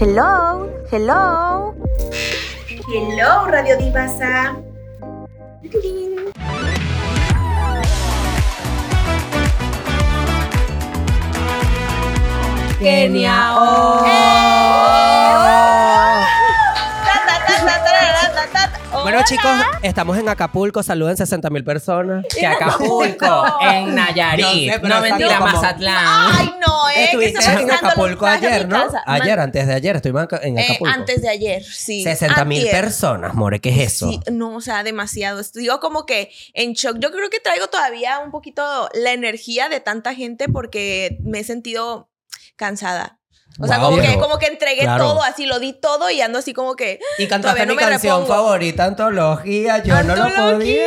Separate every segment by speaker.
Speaker 1: Hello, hello.
Speaker 2: Hello, Radio Divasa.
Speaker 3: Kenia.
Speaker 4: Ah. Bueno, chicos, estamos en Acapulco. Saluden 60 mil personas.
Speaker 3: Que Acapulco, en Nayarit.
Speaker 4: Yo sé, pero
Speaker 3: no mentira,
Speaker 4: exacto, como-
Speaker 3: Mazatlán.
Speaker 5: Ay, no, eh. que
Speaker 4: Estuviste
Speaker 5: estamos
Speaker 4: en
Speaker 5: usando los
Speaker 4: Acapulco
Speaker 5: trajes de
Speaker 4: ayer,
Speaker 5: mi
Speaker 4: ¿no?
Speaker 5: casa. Man-
Speaker 4: Ayer, antes de ayer. Estuvimos en Aca- en
Speaker 5: eh,
Speaker 4: Acapulco.
Speaker 5: antes de ayer, sí.
Speaker 4: 60 mil
Speaker 5: Antier.
Speaker 4: personas, more. ¿Qué es eso?
Speaker 5: Sí, no, o sea, demasiado. Estoy yo como que en shock. Yo creo que traigo todavía un poquito la energía de tanta gente porque me he sentido cansada. O sea,
Speaker 4: Wow,
Speaker 5: como, que,
Speaker 4: pero-
Speaker 5: como que entregué
Speaker 4: claro.
Speaker 5: todo, así lo di todo y ando así como que.
Speaker 4: Y cantaste
Speaker 5: todavía no
Speaker 4: mi
Speaker 5: me
Speaker 4: canción
Speaker 5: repongo.
Speaker 4: favorita, Antología. Yo no lo podía.
Speaker 5: Antología.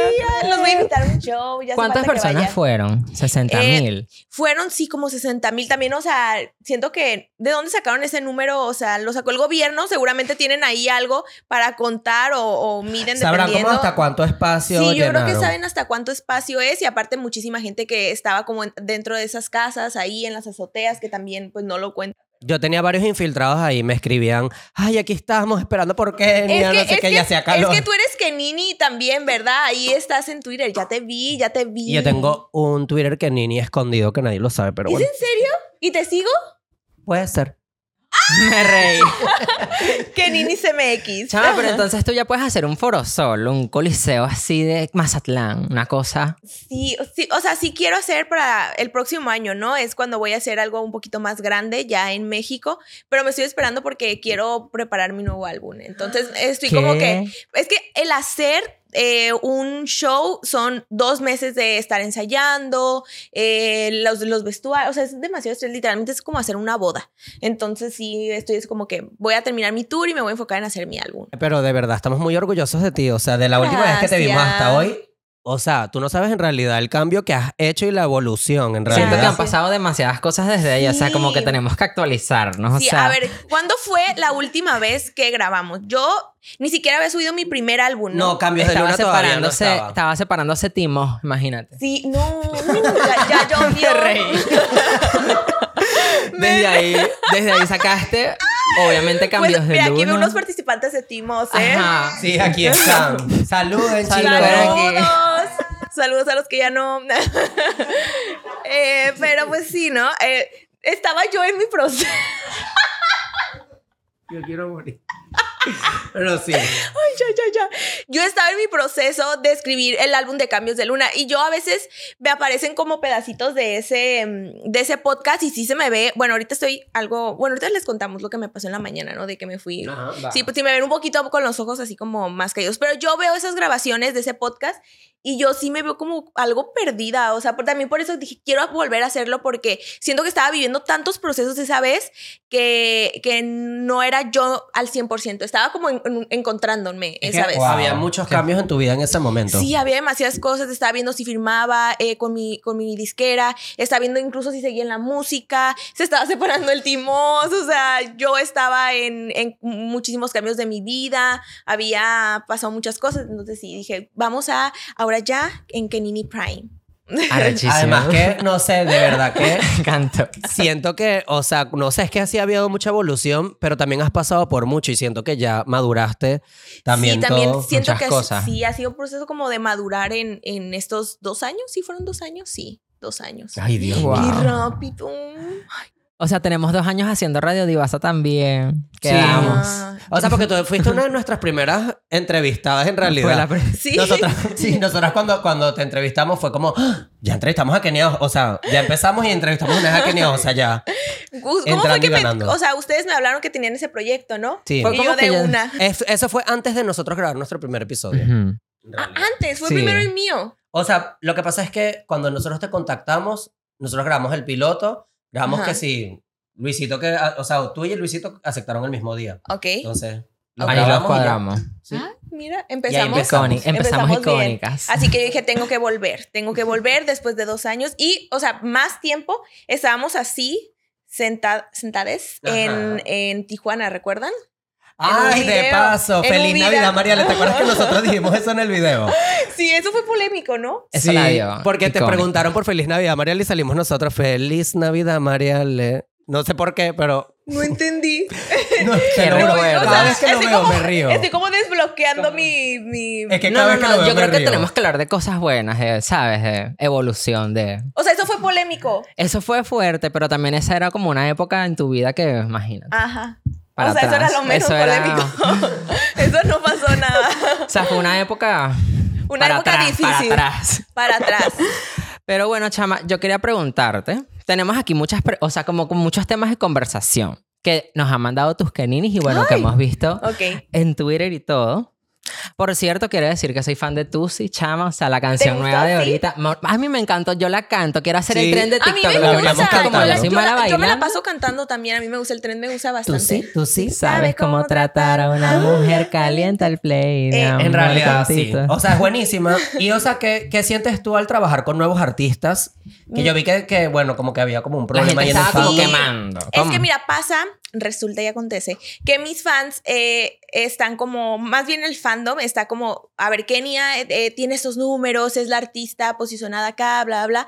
Speaker 5: Los voy a invitar a un show. ya hace
Speaker 3: ¿Cuántas
Speaker 5: falta que
Speaker 3: personas
Speaker 5: vayan.
Speaker 3: fueron? 60 mil.
Speaker 5: Fueron, sí, como 60 mil también. O sea, siento que ¿de dónde sacaron ese número? O sea, lo sacó el gobierno. Seguramente tienen ahí algo para contar o, o miden
Speaker 4: Sabrán cómo
Speaker 5: dependiendo.
Speaker 4: hasta cuánto espacio
Speaker 5: Sí, yo creo que
Speaker 4: llenaron.
Speaker 5: saben hasta cuánto espacio es y aparte muchísima gente que estaba como en- dentro de esas casas, ahí en las azoteas, que también pues no lo cuentan.
Speaker 4: Yo tenía varios infiltrados ahí, me escribían, ay, aquí estamos esperando por Kenia, no sé qué, ya se
Speaker 5: es
Speaker 4: acaló.
Speaker 5: que tú eres Kenini también, ¿verdad? Ahí estás en Twitter, ya te vi, ya te vi.
Speaker 4: Yo tengo un Twitter que Nini escondido que nadie lo sabe, pero
Speaker 5: ¿Es
Speaker 4: bueno,
Speaker 5: en serio? ¿Y te sigo?
Speaker 4: puede ser.
Speaker 3: Me reí.
Speaker 5: Kenini CMX.
Speaker 3: Chama, pero entonces tú ya puedes hacer un foro solo, un coliseo así de Mazatlán, una cosa.
Speaker 5: Sí, sí, o sea, sí quiero hacer para el próximo año, ¿no? Es cuando voy a hacer algo un poquito más grande ya en México, pero me estoy esperando porque quiero preparar mi nuevo álbum. Entonces, estoy como que...
Speaker 3: ¿Qué?
Speaker 5: Es que el hacer eh, un show son dos meses de estar ensayando, eh, los, los vestuarios, o sea, es demasiado estrés, literalmente es como hacer una boda. Entonces, sí, estoy es como que voy a terminar mi tour y me voy a enfocar en hacer mi álbum.
Speaker 4: Pero de verdad, estamos muy orgullosos de ti. O sea, de la última vez que te vimos
Speaker 5: Gracias.
Speaker 4: hasta hoy. O sea, tú no sabes en realidad el cambio que has hecho y la evolución, en realidad.
Speaker 3: Siento que han pasado demasiadas cosas desde ahí, o sea,
Speaker 5: Sí.
Speaker 3: como que tenemos que actualizarnos. O
Speaker 5: Sí,
Speaker 3: sea,
Speaker 5: a ver, ¿cuándo fue la última vez que grabamos? Yo ni siquiera había subido mi primer álbum, ¿no?
Speaker 4: No, cambios de
Speaker 3: estaba
Speaker 4: luna todavía no
Speaker 3: separándose,
Speaker 4: estaba.
Speaker 3: estaba. separándose Timo, imagínate.
Speaker 5: Sí, no, ya, ya Pues, yo
Speaker 3: Me reí.
Speaker 5: dio-
Speaker 3: Desde ahí, desde ahí sacaste,
Speaker 5: Pues,
Speaker 3: obviamente, cambios de
Speaker 5: mira, aquí
Speaker 3: luna.
Speaker 5: veo unos participantes de Timos, ¿eh?
Speaker 3: Ajá.
Speaker 4: Sí, aquí están. Saluden,
Speaker 3: Saluden.
Speaker 4: chicos.
Speaker 5: Saludos. Saludos a los que ya no. Eh, pero pues sí, ¿no? Eh, estaba yo en mi proceso.
Speaker 4: Yo quiero morir. Pero sí.
Speaker 5: Ay, ya, ya, ya. Yo estaba en mi proceso de escribir el álbum de Cambios de Luna y yo a veces me aparecen como pedacitos de ese, mm, de ese podcast y sí se me ve. Bueno, ahorita estoy algo. Bueno, ahorita les contamos lo que me pasó en la mañana, ¿no? De que me fui.
Speaker 4: Ajá, va.
Speaker 5: Sí, pues sí me ven un poquito con los ojos así como más caídos. Pero yo veo esas grabaciones de ese podcast y yo sí me veo como algo perdida. O sea, por- también por eso dije, quiero volver a hacerlo porque siento que estaba viviendo tantos procesos esa vez que, que no era yo al 100%. Estaba como en- en- encontrándome
Speaker 4: Es que,
Speaker 5: esa vez.
Speaker 4: wow, Había muchos cambios en tu vida en ese momento.
Speaker 5: Sí, había demasiadas cosas. Estaba viendo si firmaba eh, con, mi, con mi disquera. Estaba viendo incluso si seguía en la música. Se estaba separando el timos. O sea, yo estaba en, en muchísimos cambios de mi vida. Había pasado muchas cosas. Entonces sí, dije, vamos a ahora ya en Kenini Prime.
Speaker 3: Arrechísimo.
Speaker 4: Además que, no sé, de verdad que
Speaker 3: Me encantó.
Speaker 4: siento que, o sea, no sé, es que así ha habido mucha evolución, pero también has pasado por mucho y siento que ya maduraste también,
Speaker 5: sí, también
Speaker 4: todo,
Speaker 5: siento
Speaker 4: muchas
Speaker 5: que
Speaker 4: cosas.
Speaker 5: sí, ha sido un proceso como de madurar en, en estos dos años. ¿Sí fueron dos años? Sí, dos años.
Speaker 4: Ay, Dios
Speaker 3: Wow.
Speaker 4: mío.
Speaker 5: Y rápido.
Speaker 3: O sea, tenemos dos años haciendo Radio Divasa también. Quedamos.
Speaker 5: Ah.
Speaker 4: O sea, porque tú fuiste una de nuestras primeras entrevistadas en realidad.
Speaker 3: Fue la pre-
Speaker 5: Sí.
Speaker 4: Nosotras, sí, nosotras cuando, cuando te entrevistamos fue como, ¡Ah! ya entrevistamos a Kenia, o sea, ya empezamos y entrevistamos una vez a Kenia, o sea, ya.
Speaker 5: Gus, ¿Cómo
Speaker 4: Entrando
Speaker 5: fue que
Speaker 4: y
Speaker 5: me,
Speaker 4: ganando.
Speaker 5: o sea, ustedes me hablaron que tenían ese proyecto, ¿no?
Speaker 4: Sí.
Speaker 3: Fue
Speaker 5: Y
Speaker 3: como
Speaker 5: yo
Speaker 3: que
Speaker 5: de
Speaker 3: ya-
Speaker 5: una.
Speaker 4: Es- eso fue antes de nosotros grabar nuestro primer episodio.
Speaker 3: Ujú.
Speaker 4: en
Speaker 5: Ah,
Speaker 4: realidad.
Speaker 5: antes, fue
Speaker 3: Sí.
Speaker 5: primero el mío.
Speaker 4: O sea, lo que pasa es que cuando nosotros te contactamos, nosotros grabamos el piloto, grabamos
Speaker 5: Ajá.
Speaker 4: que sí, Luisito, que, ah, o sea, tú y Luisito aceptaron el mismo día.
Speaker 5: Ok.
Speaker 4: Entonces,
Speaker 3: Ahí lo
Speaker 4: grabamos y ya.
Speaker 3: cuadramos.
Speaker 4: Sí.
Speaker 5: Ah, mira,
Speaker 4: Y ahí
Speaker 5: empezamos.
Speaker 4: empezó. Empezamos.
Speaker 3: Icóni- Empezamos,
Speaker 5: Empezamos bien.
Speaker 3: icónicas.
Speaker 5: Así que yo dije, tengo que volver, tengo que volver después de dos años. Y, o sea, más tiempo estábamos así, senta- sentades
Speaker 4: Ajá.
Speaker 5: en, en Tijuana, ¿recuerdan?
Speaker 4: Ay,
Speaker 5: En un
Speaker 4: Ah, de
Speaker 5: video,
Speaker 4: paso,
Speaker 5: en un
Speaker 4: feliz
Speaker 5: video.
Speaker 4: Navidad, María. ¿Te acuerdas que nosotros dijimos eso en el video?
Speaker 5: Sí, eso fue polémico, ¿no?
Speaker 3: Eso la dio.
Speaker 4: porque te
Speaker 3: Icónica.
Speaker 4: preguntaron por Feliz Navidad, Mariale, y salimos nosotros. Feliz Navidad, Mariale. No sé por qué, pero
Speaker 5: No entendí.
Speaker 4: No,
Speaker 3: Qué
Speaker 4: te lo juro.
Speaker 3: bueno.
Speaker 4: Cada
Speaker 3: O sea,
Speaker 4: vez que lo
Speaker 5: estoy
Speaker 4: veo,
Speaker 5: como-
Speaker 4: me río.
Speaker 5: Estoy como desbloqueando mi, mi-
Speaker 4: Es que
Speaker 3: No,
Speaker 4: cada
Speaker 3: no,
Speaker 4: vez que lo
Speaker 3: no,
Speaker 4: veo,
Speaker 3: yo
Speaker 4: me
Speaker 3: creo que
Speaker 4: río.
Speaker 3: tenemos que hablar de cosas buenas, de- ¿sabes? De evolución, de...
Speaker 5: O sea, eso fue polémico.
Speaker 3: Eso fue fuerte, pero también esa era como una época en tu vida que, imagínate.
Speaker 5: Ajá.
Speaker 3: Para
Speaker 5: o sea, eso
Speaker 3: atrás.
Speaker 5: era lo menos
Speaker 3: Eso era-
Speaker 5: polémico. eso no pasó nada.
Speaker 3: O sea, fue una época...
Speaker 5: Una
Speaker 3: para
Speaker 5: época
Speaker 3: atrás,
Speaker 5: difícil.
Speaker 3: Para atrás.
Speaker 5: Para atrás.
Speaker 3: Pero bueno, chama, yo quería preguntarte. Tenemos aquí muchas, pre- o sea, como con muchos temas de conversación que nos han mandado tus keninis y bueno, que hemos visto
Speaker 5: Ok.
Speaker 3: en Twitter y todo. Por cierto, quiero decir que soy fan de Tusi, chama, o sea, la canción
Speaker 5: gustó,
Speaker 3: nueva de
Speaker 5: sí?
Speaker 3: ahorita. Ma- A mí me encantó, yo la canto, quiero hacer
Speaker 4: Sí.
Speaker 3: el tren de
Speaker 5: A
Speaker 3: TikTok.
Speaker 5: mí me
Speaker 4: la
Speaker 5: gusta.
Speaker 4: habíamos
Speaker 5: yo
Speaker 4: cantado.
Speaker 5: la-
Speaker 3: como
Speaker 5: Yo,
Speaker 3: encima de la
Speaker 5: la- yo me la
Speaker 3: vaina.
Speaker 5: paso cantando también. A mí me gusta el tren, me gusta bastante.
Speaker 3: Tusi, Tusi,
Speaker 5: sabes
Speaker 3: sabes cómo
Speaker 5: cómo
Speaker 3: tratar a una mujer calienta el play. mi
Speaker 5: Eh, en
Speaker 3: amor,
Speaker 4: En realidad, sí.
Speaker 3: tantito.
Speaker 4: O sea, es buenísima. Y, o sea, ¿qué, qué sientes tú al trabajar con nuevos artistas? Que yo vi que, que, bueno, como que había como un
Speaker 3: La gente
Speaker 4: problema ahí en el
Speaker 3: estaba como
Speaker 4: fandom.
Speaker 3: quemando.
Speaker 5: Es
Speaker 3: ¿Cómo?
Speaker 5: que mira, pasa, resulta y acontece, que mis fans eh, están como, más bien el fandom está como, a ver, Kenia eh, eh, tiene estos números, es la artista posicionada acá, bla, bla, bla,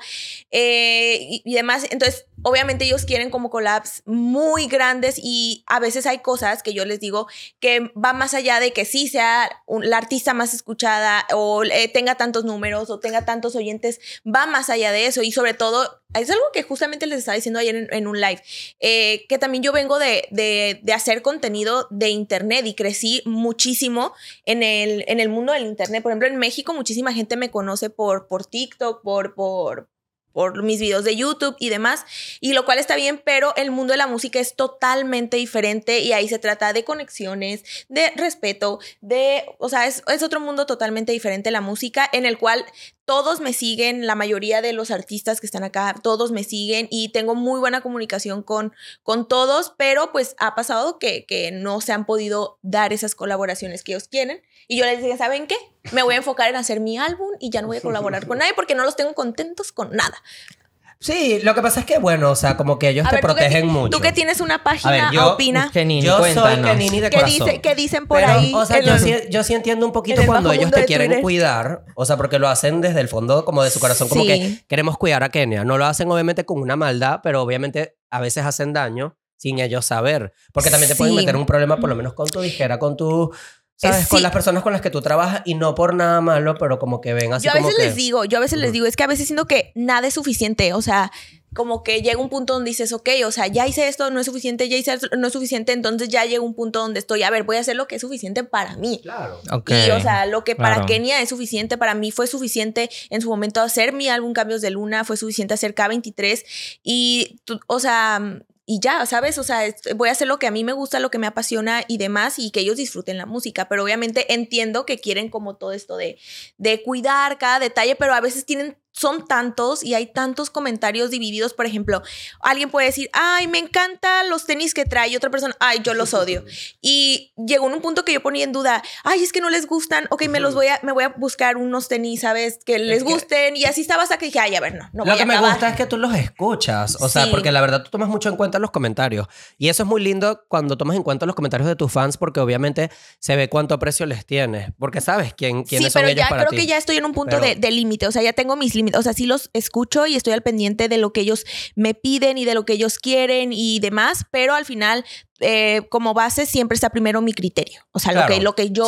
Speaker 5: eh, y, y demás. Entonces, obviamente ellos quieren como collabs muy grandes y a veces hay cosas que yo les digo que va más allá de que sí sea un- la artista más escuchada o eh, tenga tantos números o tenga tantos oyentes, va más allá de eso y sobre todo... Es algo que justamente les estaba diciendo ayer en- en un live eh, que también yo vengo de, de- de hacer contenido de internet y crecí muchísimo en el, en el mundo del internet. Por ejemplo, en México muchísima gente me conoce por, por TikTok, por, por, por mis videos de YouTube y demás, y lo cual está bien, pero el mundo de la música es totalmente diferente y ahí se trata de conexiones, de respeto, de, o sea, es, es otro mundo totalmente diferente la música en el cual todos me siguen, la mayoría de los artistas que están acá, todos me siguen y tengo muy buena comunicación con, con todos, pero pues ha pasado que, que no se han podido dar esas colaboraciones que ellos quieren. Y yo les dije, ¿saben qué? Me voy a enfocar en hacer mi álbum y ya no voy a colaborar con nadie porque no los tengo contentos con nada.
Speaker 4: Sí, lo que pasa es que, bueno, o sea, como que ellos
Speaker 5: A
Speaker 4: te
Speaker 5: ver, tú que
Speaker 4: protegen
Speaker 5: ti-
Speaker 4: mucho.
Speaker 5: Tú que tienes una página,
Speaker 4: ver, yo-
Speaker 5: opina.
Speaker 3: que Kenini,
Speaker 4: yo soy
Speaker 3: cuéntanos.
Speaker 4: Kenini de
Speaker 5: ¿Qué,
Speaker 4: corazón.
Speaker 5: dice, ¿Qué dicen por
Speaker 4: Pero,
Speaker 5: ahí?
Speaker 4: O sea,
Speaker 5: en
Speaker 4: yo,
Speaker 5: los-
Speaker 4: sí, yo sí entiendo un poquito
Speaker 5: el
Speaker 4: cuando
Speaker 5: bajo
Speaker 4: ellos
Speaker 5: mundo
Speaker 4: te
Speaker 5: de
Speaker 4: quieren
Speaker 5: Twitter.
Speaker 4: cuidar, o sea, porque lo hacen desde el fondo como de su corazón, como
Speaker 5: Sí.
Speaker 4: que queremos cuidar a Kenia. No lo hacen obviamente con una maldad, pero obviamente a veces hacen daño sin ellos saber, porque también te pueden
Speaker 5: Sí. Eh,
Speaker 4: meter un problema por lo menos con tu disquera, con tu... ¿Sabes?
Speaker 5: sí.
Speaker 4: Con las personas con las que tú trabajas y no por nada malo, pero como que ven así
Speaker 5: Yo a
Speaker 4: como
Speaker 5: veces
Speaker 4: que...
Speaker 5: les digo, yo a veces les digo, es que a veces siento que nada es suficiente, o sea, como que llega un punto donde dices, ok, o sea, ya hice esto, no es suficiente, ya hice esto, no es suficiente, entonces ya llega un punto donde estoy, a ver, voy a hacer lo que es suficiente para mí.
Speaker 4: Claro.
Speaker 3: Ok.
Speaker 5: Y, o sea, lo que para
Speaker 3: claro.
Speaker 5: Kenia es suficiente, para mí fue suficiente en su momento hacer mi álbum Cambios de Luna, fue suficiente hacer K23 y, tú- o sea, y ya, ¿sabes? O sea, es- voy a hacer lo que a mí me gusta, lo que me apasiona y demás y que ellos disfruten la música, pero obviamente entiendo que quieren como todo esto de, de cuidar cada detalle, pero a veces tienen... Son tantos y hay tantos comentarios divididos. Por ejemplo, alguien puede decir, ay, me encantan los tenis que trae. Y otra persona, ay, yo los odio. Y llegó en un punto que yo ponía en duda, ay, es que no les gustan, ok, me los voy a, me voy a buscar unos tenis, ¿sabes? Que les
Speaker 4: que-
Speaker 5: gusten. Y así estaba hasta que dije, ay, a ver, no, no voy
Speaker 4: Lo que
Speaker 5: a
Speaker 4: me
Speaker 5: acabar".
Speaker 4: gusta es que tú los escuchas, o sea,
Speaker 5: Sí.
Speaker 4: porque la verdad tú tomas mucho en cuenta los comentarios. Y eso es muy lindo cuando tomas en cuenta los comentarios de tus fans, porque obviamente se ve cuánto aprecio les tienes, porque sabes quién, mm, quiénes
Speaker 5: Sí,
Speaker 4: son
Speaker 5: pero
Speaker 4: ellos
Speaker 5: ya
Speaker 4: para
Speaker 5: creo
Speaker 4: ti.
Speaker 5: que ya estoy en un punto
Speaker 4: Pero-
Speaker 5: de, de límite, o sea, ya tengo mis límites, o sea, sí los escucho y estoy al pendiente de lo que ellos me piden y de lo que ellos quieren y demás, pero al final, eh, como base, siempre está primero mi criterio, o sea, lo,
Speaker 4: Claro,
Speaker 5: que, lo que yo,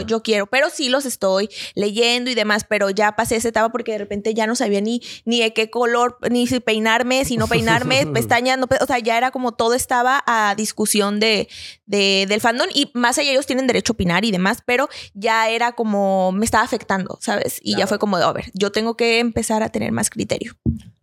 Speaker 5: yo, yo quiero, pero sí los estoy leyendo y demás, pero ya pasé esa etapa porque de repente ya no sabía ni, ni de qué color, ni si peinarme, si no peinarme, pestañas, no pe- o sea, ya era como todo estaba a discusión de, de- del fandom y más allá ellos tienen derecho a opinar y demás, pero ya era como, me estaba afectando, ¿sabes? Y ya fue como, a ver, yo tengo que empezar a tener más criterio.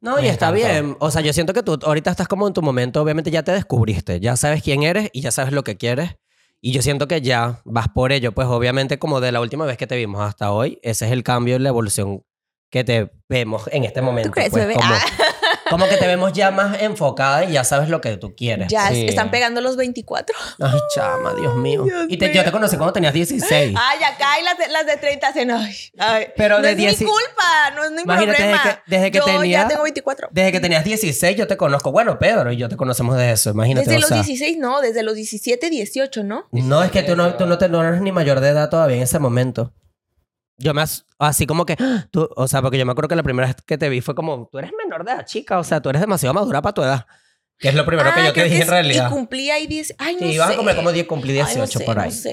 Speaker 4: No, y
Speaker 3: Me
Speaker 4: está
Speaker 3: encantó.
Speaker 4: bien. O sea, yo siento que tú ahorita estás como en tu momento, obviamente ya te descubriste, ya sabes quién eres y ya sabes lo que quieres. Y yo siento que ya vas por ello, pues obviamente como de la última vez que te vimos hasta hoy, ese es el cambio y la evolución que te vemos en este momento.
Speaker 5: crees,
Speaker 4: pues,
Speaker 5: bebé?
Speaker 4: Como,
Speaker 5: Ah.
Speaker 4: como que te vemos ya más enfocada y ya sabes lo que tú quieres.
Speaker 5: Ya
Speaker 3: Sí.
Speaker 5: están pegando los 24.
Speaker 4: Ay, chama, Dios mío.
Speaker 5: Dios
Speaker 4: y te,
Speaker 5: mío. Ah.
Speaker 4: yo te conocí cuando tenías 16.
Speaker 5: Ay, acá y las de, las de 30 se ay, ay.
Speaker 4: Pero
Speaker 5: no
Speaker 4: de
Speaker 5: es
Speaker 4: 10 y-
Speaker 5: mi culpa, no es mi
Speaker 4: Imagínate desde
Speaker 5: problema.
Speaker 4: que- desde que
Speaker 5: yo
Speaker 4: tenía-
Speaker 5: ya tengo 24.
Speaker 4: Desde que tenías 16 yo te conozco. Bueno, Pedro y yo te conocemos de eso, imagínate.
Speaker 5: Desde
Speaker 4: o
Speaker 5: los
Speaker 4: sea,
Speaker 5: 16, no, desde los 17, 18, ¿no?
Speaker 4: No, es que tú no, tú no te no eres ni mayor de edad todavía en ese momento. Yo me as- así como que, ¡Ah! tú, o sea, porque yo me acuerdo que la primera vez que te vi fue como, tú eres menor de edad, chica, o sea, tú eres demasiado madura para tu edad. Que es lo primero que
Speaker 5: Ah,
Speaker 4: yo te
Speaker 5: creo
Speaker 4: dije en
Speaker 5: es-
Speaker 4: realidad.
Speaker 5: Y cumplí ahí 10. Ay, no
Speaker 4: Sí,
Speaker 5: sé.
Speaker 4: ibas a comer como 10, cumplí
Speaker 5: Ay,
Speaker 4: 18
Speaker 5: no sé,
Speaker 4: por ahí.
Speaker 5: No sé.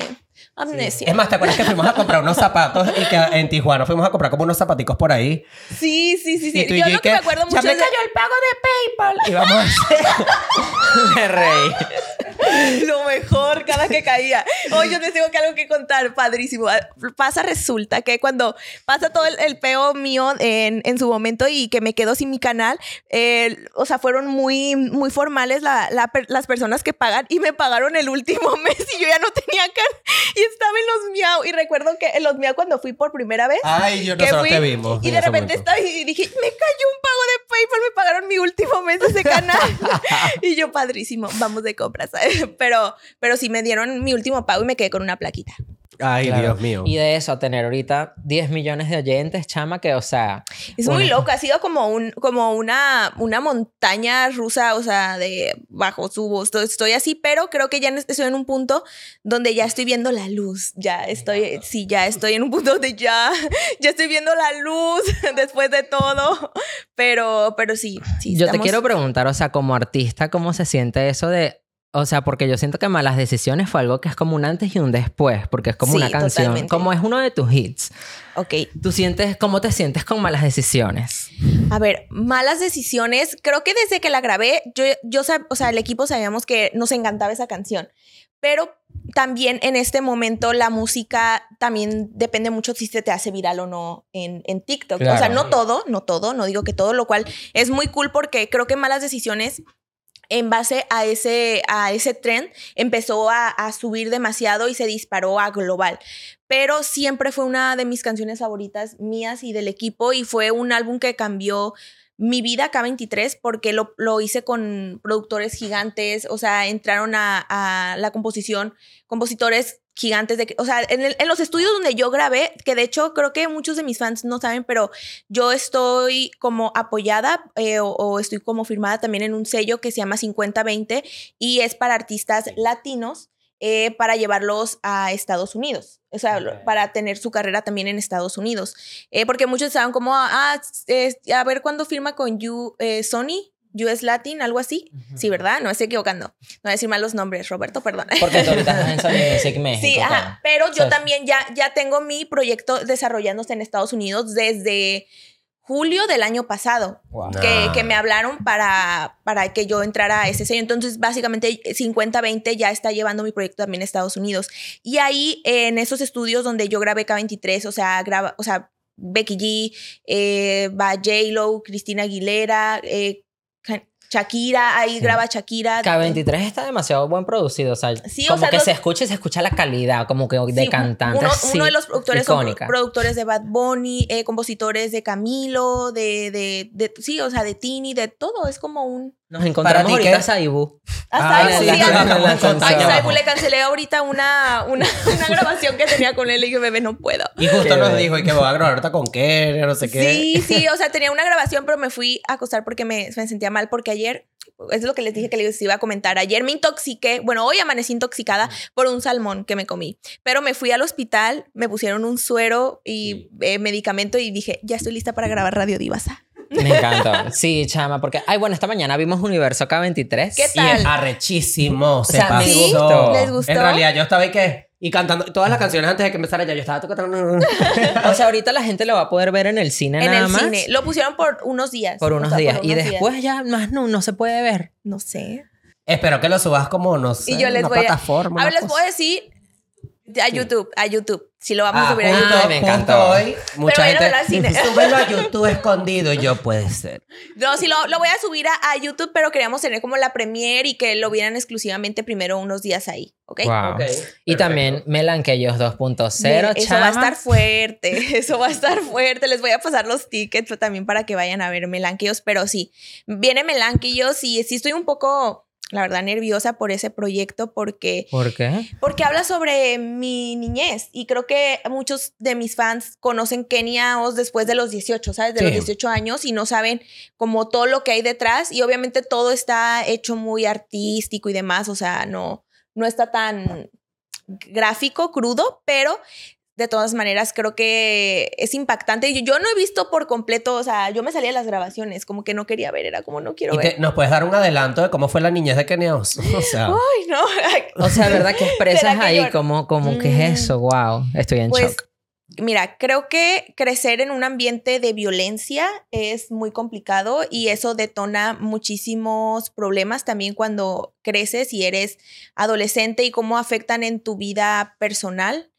Speaker 5: Amnesia.
Speaker 4: Es más, ¿te acuerdas que fuimos a comprar unos zapatos y que en Tijuana fuimos a comprar como unos zapaticos por ahí?
Speaker 5: Sí, sí, sí, sí.
Speaker 4: Y tú y
Speaker 5: Yo
Speaker 4: yo y
Speaker 5: lo que
Speaker 4: que,
Speaker 5: me acuerdo
Speaker 4: "Ya
Speaker 5: mucho
Speaker 4: me
Speaker 5: es de-
Speaker 4: cayó el pago de PayPal. Y vamos a hacer-
Speaker 3: Me reí.
Speaker 5: Lo mejor cada vez que caía. Hoy yo les tengo que algo que contar, padrísimo. Ah, Pasa, resulta que cuando pasa todo el, el peo mío en, en su momento y que me quedo sin mi canal, eh, o sea, fueron muy, muy formales la- la per- las personas que pagan y me pagaron el último mes y yo ya no tenía canal y estaba en los miau. Y recuerdo que en los miau cuando fui por primera vez.
Speaker 4: Ay, yo
Speaker 5: que
Speaker 4: nosotros
Speaker 5: fui,
Speaker 4: te vimos.
Speaker 5: Y
Speaker 4: en
Speaker 5: de
Speaker 4: ese
Speaker 5: repente
Speaker 4: momento.
Speaker 5: estaba y dije, me cayó un pago de PayPal, me pagaron mi último mes de ese canal. y yo, padrísimo, vamos de compras. pero, pero sí me dieron mi último pago y me quedé con una plaquita.
Speaker 4: Ay,
Speaker 3: Claro.
Speaker 4: Dios mío.
Speaker 3: Y de eso, a tener ahorita 10 millones de oyentes, chama, que, o sea.
Speaker 5: Es muy
Speaker 3: una-
Speaker 5: loco, ha sido como, un, como una, una montaña rusa, o sea, de bajo, subo, estoy, estoy así, pero creo que ya en- este, estoy en un punto donde ya estoy viendo la luz, ya estoy, sí, ya estoy en un punto donde ya, ya estoy viendo la luz después de todo, pero, pero sí, sí.
Speaker 3: Yo te
Speaker 5: estamos-
Speaker 3: quiero preguntar, o sea, como artista, ¿cómo se siente eso de... O sea, porque yo siento que Malas Decisiones fue algo que es como un antes y un después, porque es como
Speaker 5: Sí,
Speaker 3: una canción,
Speaker 5: totalmente.
Speaker 3: como es uno de tus hits.
Speaker 5: Ok,
Speaker 3: ¿Tú sientes, cómo te sientes con Malas Decisiones?
Speaker 5: A ver, malas decisiones. Creo que desde que la grabé, yo, yo sab- o sea, el equipo sabíamos que nos encantaba esa canción. Pero también en este momento la música también depende mucho si se te hace viral o no en, en TikTok. O sea,
Speaker 4: Claro.
Speaker 5: no todo, no todo, no digo que todo, lo cual es muy cool porque creo que malas decisiones en base a ese, a ese trend empezó a, a subir demasiado y se disparó a global. Pero siempre fue una de mis canciones favoritas mías y del equipo y fue un álbum que cambió mi vida K23 porque lo, lo hice con productores gigantes, o sea, entraron a, a la composición compositores gigantes de, o sea, en, el- en los estudios donde yo grabé, que de hecho creo que muchos de mis fans no saben, pero yo estoy como apoyada eh, o, o estoy como firmada también en un sello que se llama 5020 y es para artistas latinos eh, para llevarlos a Estados Unidos, o sea, lo- para tener su carrera también en Estados Unidos, Eh, porque muchos estaban como, ah, es- a ver cuándo firma con you, eh, Sony, US Latin, algo así, sí, ¿verdad? No me estoy equivocando, no voy a decir mal los nombres, Roberto, perdón.
Speaker 3: Porque tú ahorita estás en Sony Music México.
Speaker 5: Sí, ajá,
Speaker 3: claro.
Speaker 5: pero yo
Speaker 3: Sí.
Speaker 5: también ya, ya tengo mi proyecto desarrollándose en Estados Unidos desde julio del año pasado,
Speaker 3: Wow.
Speaker 5: que,
Speaker 4: Ah.
Speaker 5: que me hablaron para, para que yo entrara a ese sello. Entonces, básicamente, 50-20 ya está llevando mi proyecto también a Estados Unidos. Y ahí, eh, en esos estudios donde yo grabé K23, o sea, graba, o sea Becky G, eh, va J-Lo, Cristina Aguilera, eh, Ka- Shakira, ahí graba Shakira.
Speaker 3: K23 está demasiado buen producido, o sea,
Speaker 5: Ah, Sí, o
Speaker 3: como
Speaker 5: sea,
Speaker 3: que
Speaker 5: los-
Speaker 3: se escucha y se escucha la calidad, como que de
Speaker 5: Sí,
Speaker 3: cantante.
Speaker 5: Uno,
Speaker 3: así,
Speaker 5: uno de los productores son
Speaker 3: icónica.
Speaker 5: pro- productores de Bad Bunny, eh, compositores de Camilo, de, de, de- sí, o sea, de Tini, de todo. Es como un.
Speaker 3: Nos encontramos
Speaker 4: ti
Speaker 3: ahorita
Speaker 4: qué?
Speaker 3: a Saibú.
Speaker 5: Hasta
Speaker 4: Ah,
Speaker 5: Ibu,
Speaker 4: sí,
Speaker 5: sí,
Speaker 4: la-
Speaker 5: a-
Speaker 4: la- la- la-
Speaker 5: a
Speaker 4: la-
Speaker 5: Ibu le cancelé ahorita una, una, una grabación que tenía con él y dije, bebé, no puedo.
Speaker 4: Y justo
Speaker 3: Qué
Speaker 4: nos
Speaker 3: bello.
Speaker 4: dijo, y que voy a grabar ahorita con qué, no sé qué.
Speaker 5: Sí, sí, o sea, tenía una grabación, pero me fui a acostar porque me, me sentía mal, porque ayer, es lo que les dije que les iba a comentar, ayer me intoxiqué, bueno, hoy amanecí intoxicada por un salmón que me comí, pero me fui al hospital, me pusieron un suero y eh, medicamento y dije, ya estoy lista para grabar Radio Divasa.
Speaker 3: Me encantó. Sí, chama, porque, ay, bueno, esta mañana vimos Universo K23.
Speaker 5: ¿Qué
Speaker 4: Y es
Speaker 5: tal?
Speaker 4: arrechísimo. Se
Speaker 3: sea, me
Speaker 4: pasó.
Speaker 3: gustó.
Speaker 5: ¿Les gustó?
Speaker 4: En realidad, yo estaba y que. Y cantando todas las canciones antes de que empezara ya. Yo estaba tocando.
Speaker 3: O sea, ahorita la gente lo va a poder ver en el cine
Speaker 5: En
Speaker 3: nada
Speaker 5: el
Speaker 3: más.
Speaker 5: cine. Lo pusieron por unos días.
Speaker 3: Por
Speaker 5: o
Speaker 3: unos
Speaker 5: sea,
Speaker 3: días. y
Speaker 5: unos
Speaker 3: después ya más no, no se puede ver.
Speaker 5: No sé.
Speaker 4: Espero que lo subas como, no sé,
Speaker 5: Y yo les
Speaker 4: una
Speaker 5: voy a-
Speaker 4: plataforma.
Speaker 5: Ahora les
Speaker 4: una cosa.
Speaker 5: puedo decir a YouTube, a YouTube, si lo vamos
Speaker 4: Ah,
Speaker 5: a subir a
Speaker 4: justo,
Speaker 5: YouTube.
Speaker 3: Ay, me
Speaker 4: justo
Speaker 3: encantó.
Speaker 4: Hoy, mucha
Speaker 5: vayan a ver al
Speaker 4: gente.
Speaker 5: cine.
Speaker 4: Súbelo a YouTube escondido. Y yo, puede ser.
Speaker 5: No, sí, lo, lo voy a subir a, a YouTube, pero queríamos tener como la premiere y que lo vieran exclusivamente primero unos días ahí, ¿ok?
Speaker 3: Wow.
Speaker 4: Ah. Ok,
Speaker 3: Y
Speaker 4: perfecto.
Speaker 3: también Melan que ellos 2.0,
Speaker 5: Bien, eso va a
Speaker 3: chama.
Speaker 5: estar fuerte, eso va a estar fuerte. Les voy a pasar los tickets también para que vayan a ver Melanquillos, pero sí, viene Melanquillos y sí estoy un poco, la verdad, nerviosa por ese proyecto porque
Speaker 3: ¿Por qué?
Speaker 5: porque habla sobre mi niñez y creo que muchos de mis fans conocen Kenia Oz después de los 18, ¿sabes? De los
Speaker 4: Sí.
Speaker 5: 18 años y no saben como todo lo que hay detrás y obviamente todo está hecho muy artístico y demás, o sea, no, no está tan gráfico, crudo, pero de todas maneras, creo que es impactante. Yo, yo no he visto por completo, o sea, yo me salía de las grabaciones, como que no quería ver, era como no quiero
Speaker 4: Y te-
Speaker 5: ver.
Speaker 4: ¿Nos puedes dar un adelanto de cómo fue la niñez de Kenia Oz? O sea,
Speaker 5: Ay, no.
Speaker 3: O sea, ¿verdad que expresas
Speaker 5: ¿Será que
Speaker 3: ahí
Speaker 5: lloro?
Speaker 3: como, como que es
Speaker 5: Mm.
Speaker 3: eso? Wow, estoy en
Speaker 5: Pues,
Speaker 3: shock.
Speaker 5: mira, creo que crecer en un ambiente de violencia es muy complicado y eso detona muchísimos problemas también cuando creces y eres adolescente y cómo afectan en tu vida personal.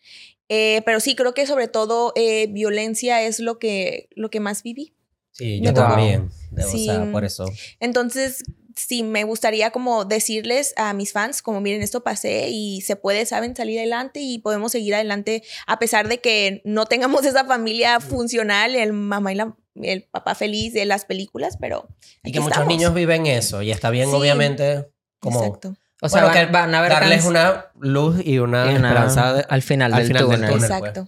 Speaker 5: Eh, pero sí, creo que sobre todo eh, violencia es lo que, lo que más viví.
Speaker 4: sí, yo
Speaker 3: Wow.
Speaker 4: también. De-
Speaker 5: Sí.
Speaker 4: O sea, por eso.
Speaker 5: Entonces, sí, me gustaría como decirles a mis fans, como miren, esto pasé y se puede, saben, salir adelante y podemos seguir adelante a pesar de que no tengamos esa familia funcional, el mamá y la- el papá feliz de las películas, pero...
Speaker 4: Y
Speaker 5: aquí
Speaker 4: que muchos
Speaker 5: estamos.
Speaker 4: niños viven eso. Y está bien,
Speaker 5: Sí.
Speaker 4: obviamente, como
Speaker 5: Exacto.
Speaker 3: O sea,
Speaker 4: bueno,
Speaker 3: van,
Speaker 4: que
Speaker 3: van a ver
Speaker 4: darles
Speaker 3: canc-
Speaker 4: una luz y una,
Speaker 3: y una-
Speaker 4: esperanza de-
Speaker 3: al final,
Speaker 4: al
Speaker 3: del,
Speaker 4: final del
Speaker 3: túnel.
Speaker 4: túnel.
Speaker 5: Exacto.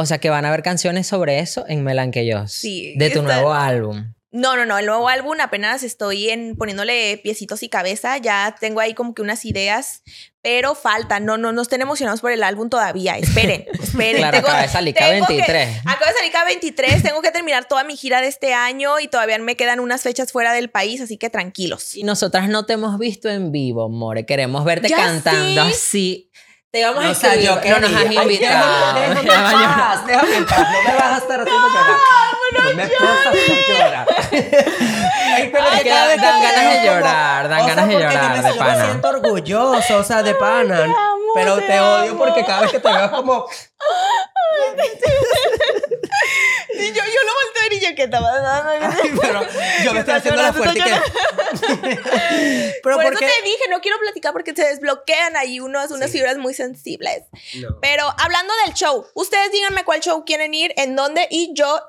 Speaker 3: O sea, que van a haber canciones sobre eso en Melanqueyos.
Speaker 5: Sí,
Speaker 3: De tu
Speaker 5: está-
Speaker 3: nuevo álbum.
Speaker 5: No, no, no, el nuevo álbum apenas estoy en poniéndole piecitos y cabeza, ya tengo ahí como que unas ideas, pero falta, no, no, no estén emocionados por el álbum todavía, esperen, esperen.
Speaker 3: Claro, acaba de salir, cada
Speaker 5: tengo que-
Speaker 3: 23.
Speaker 5: acaba de salir cada 23, tengo que terminar toda mi gira de este año y todavía me quedan unas fechas fuera del país, así que tranquilos.
Speaker 3: Y nosotras no te hemos visto en vivo, More. Queremos verte
Speaker 5: Ya
Speaker 3: cantando
Speaker 5: sé.
Speaker 3: así. Te vamos a
Speaker 4: O sea,
Speaker 3: escribir.
Speaker 4: yo
Speaker 3: no nos has
Speaker 4: quería- Ay,
Speaker 3: invitado.
Speaker 4: déjame, déjame en paz, Ah, déjame en paz, No me vas a estar haciendo llorar. No me vas a hacer llorar. Ay, pero
Speaker 3: Ay,
Speaker 4: que
Speaker 3: que
Speaker 4: cada vez
Speaker 3: dan
Speaker 4: que
Speaker 3: ganas
Speaker 4: te
Speaker 3: de
Speaker 4: veo como-
Speaker 3: llorar, dan
Speaker 4: o sea,
Speaker 3: ganas de
Speaker 4: porque
Speaker 3: llorar,
Speaker 4: dime si
Speaker 3: de
Speaker 4: yo
Speaker 3: pana.
Speaker 4: Me siento orgulloso, o sea, de pana. pero te, odio porque cada vez que te veo es como.
Speaker 5: Y yo, yo lo volteo a ver y yo que estaba...
Speaker 4: Ay, pero yo me estoy haciendo la fuerte y que. pero
Speaker 5: Por eso
Speaker 4: porque.
Speaker 5: te dije, no quiero platicar porque se desbloquean ahí unos, unas fibras muy sensibles.
Speaker 4: No.
Speaker 5: Pero hablando del show, ustedes díganme cuál show quieren ir, en dónde y yo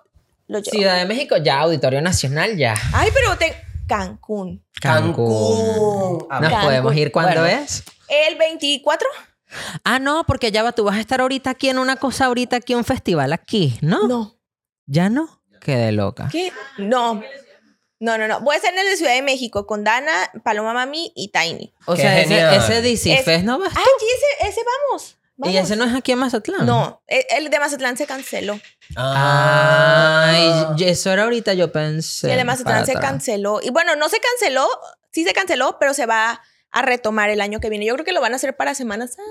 Speaker 5: lo llevo.
Speaker 3: Ciudad de México, ya, Auditorio Nacional, ya.
Speaker 5: Ay, pero te... Cancún.
Speaker 4: Cancún. Ah,
Speaker 3: Nos
Speaker 5: Cancún.
Speaker 3: podemos ir cuando
Speaker 4: Bueno.
Speaker 3: es.
Speaker 5: ¿El 24?
Speaker 3: Ah, no, porque ya va, tú vas a estar ahorita aquí en una cosa, ahorita aquí un festival aquí, ¿no?
Speaker 5: No.
Speaker 3: ¿Ya no? Quedé loca.
Speaker 5: ¿Qué? No. No, no, no. Voy a estar en el de Ciudad de México con Dana, Paloma Mami y Tiny.
Speaker 3: O
Speaker 4: Qué
Speaker 3: sea,
Speaker 4: genial.
Speaker 3: ese, ese DC
Speaker 5: Es-
Speaker 3: Fest no va.
Speaker 5: Ay, sí, Ah, ese, ese vamos.
Speaker 3: Y
Speaker 5: Vamos.
Speaker 3: ese no es aquí en Mazatlán.
Speaker 5: No, e- el de Mazatlán se canceló.
Speaker 4: Ah.
Speaker 3: Ay, y eso era ahorita, yo pensé.
Speaker 5: Y el de
Speaker 3: para
Speaker 5: Mazatlán se
Speaker 3: atrás.
Speaker 5: canceló. Y bueno, no se canceló, sí se canceló, pero se va a retomar el año que viene. Yo creo que lo van a hacer para Semana Santa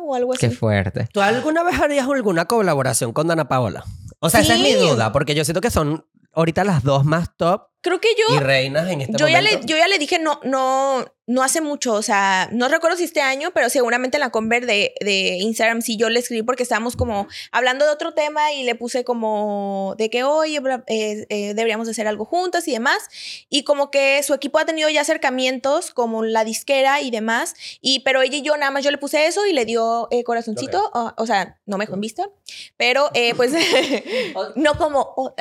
Speaker 5: o algo así.
Speaker 3: Qué fuerte.
Speaker 4: ¿Tú alguna vez harías alguna colaboración con Dana Paola? O sea, esa es mi
Speaker 5: Sí.
Speaker 4: duda, porque yo siento que son ahorita las dos más top
Speaker 5: Creo que yo
Speaker 4: y reinas en este
Speaker 5: yo ya,
Speaker 4: momento.
Speaker 5: le, yo ya le dije no, no, no hace mucho, o sea, no recuerdo si este año, pero seguramente en la Conver de, de Instagram sí yo le escribí porque estábamos como hablando de otro tema y le puse como de que oye, bla- eh, eh, deberíamos hacer algo juntas y demás. Y como que su equipo ha tenido ya acercamientos como la disquera y demás, y pero ella y yo nada más yo le puse eso y le dio eh, corazoncito, o, o sea, no me dejó en vista, pero eh, pues no como... oh,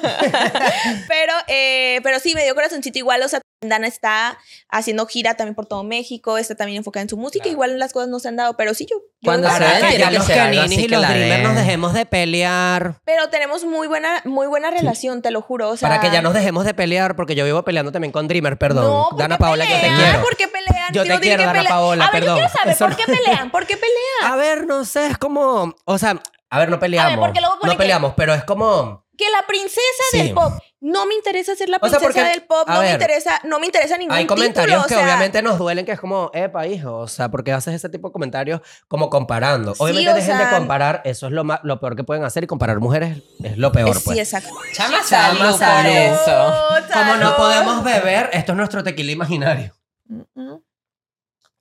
Speaker 5: pero, eh, pero sí, me dio corazoncito igual, o sea, Dana está haciendo gira también por todo México, está también enfocada en su música, igual las cosas no se han dado, pero sí yo. yo
Speaker 3: Cuando
Speaker 5: lo-
Speaker 3: se
Speaker 4: Para
Speaker 3: Tiene
Speaker 4: que ya
Speaker 3: que
Speaker 4: los
Speaker 3: ser algo
Speaker 4: caninis
Speaker 3: así
Speaker 4: y
Speaker 3: que
Speaker 4: los
Speaker 3: la
Speaker 4: dreamers
Speaker 3: den.
Speaker 4: nos dejemos de pelear.
Speaker 5: Pero tenemos muy buena, muy buena relación, te lo juro, o sea.
Speaker 4: para que ya nos dejemos de pelear, porque yo vivo peleando también con Dreamer, perdón.
Speaker 5: No, ¿por
Speaker 4: Dana
Speaker 5: qué
Speaker 4: Paola, yo te
Speaker 5: pelean?
Speaker 4: quiero.
Speaker 5: ¿Por qué pelean?
Speaker 4: Yo
Speaker 5: Si
Speaker 4: te
Speaker 5: uno tiene
Speaker 4: quiero,
Speaker 5: que
Speaker 4: Dana
Speaker 5: pelear-
Speaker 4: Paola,
Speaker 5: A ver,
Speaker 4: perdón.
Speaker 5: yo quiero saber,
Speaker 4: Eso
Speaker 5: ¿por qué pelean? ¿Por qué pelean?
Speaker 4: A ver, no sé, es como. O sea, a ver, no peleamos.
Speaker 5: porque luego pone
Speaker 4: no
Speaker 5: que-
Speaker 4: peleamos, pero es como.
Speaker 5: Que la princesa
Speaker 4: Sí.
Speaker 5: del pop. No me interesa ser la
Speaker 4: O sea,
Speaker 5: princesa
Speaker 4: porque-
Speaker 5: del pop,
Speaker 4: a
Speaker 5: no me
Speaker 4: ver,
Speaker 5: interesa, no me interesa ningún
Speaker 4: Hay
Speaker 5: título,
Speaker 4: comentarios
Speaker 5: o
Speaker 4: que
Speaker 5: sea,
Speaker 4: obviamente nos duelen, que es como, epa, hijo, o sea, porque haces ese tipo de comentarios como comparando.
Speaker 5: Sí,
Speaker 4: Obviamente
Speaker 5: o
Speaker 4: dejen de
Speaker 5: sea- mm
Speaker 4: comparar, eso es lo, ma- lo peor que pueden hacer y comparar mujeres es lo peor,
Speaker 5: es-
Speaker 4: pues.
Speaker 5: eh, Sí, exacto.
Speaker 3: Chama,
Speaker 4: salud por eso. Como
Speaker 5: Salud.
Speaker 4: no podemos beber, esto es nuestro tequila imaginario.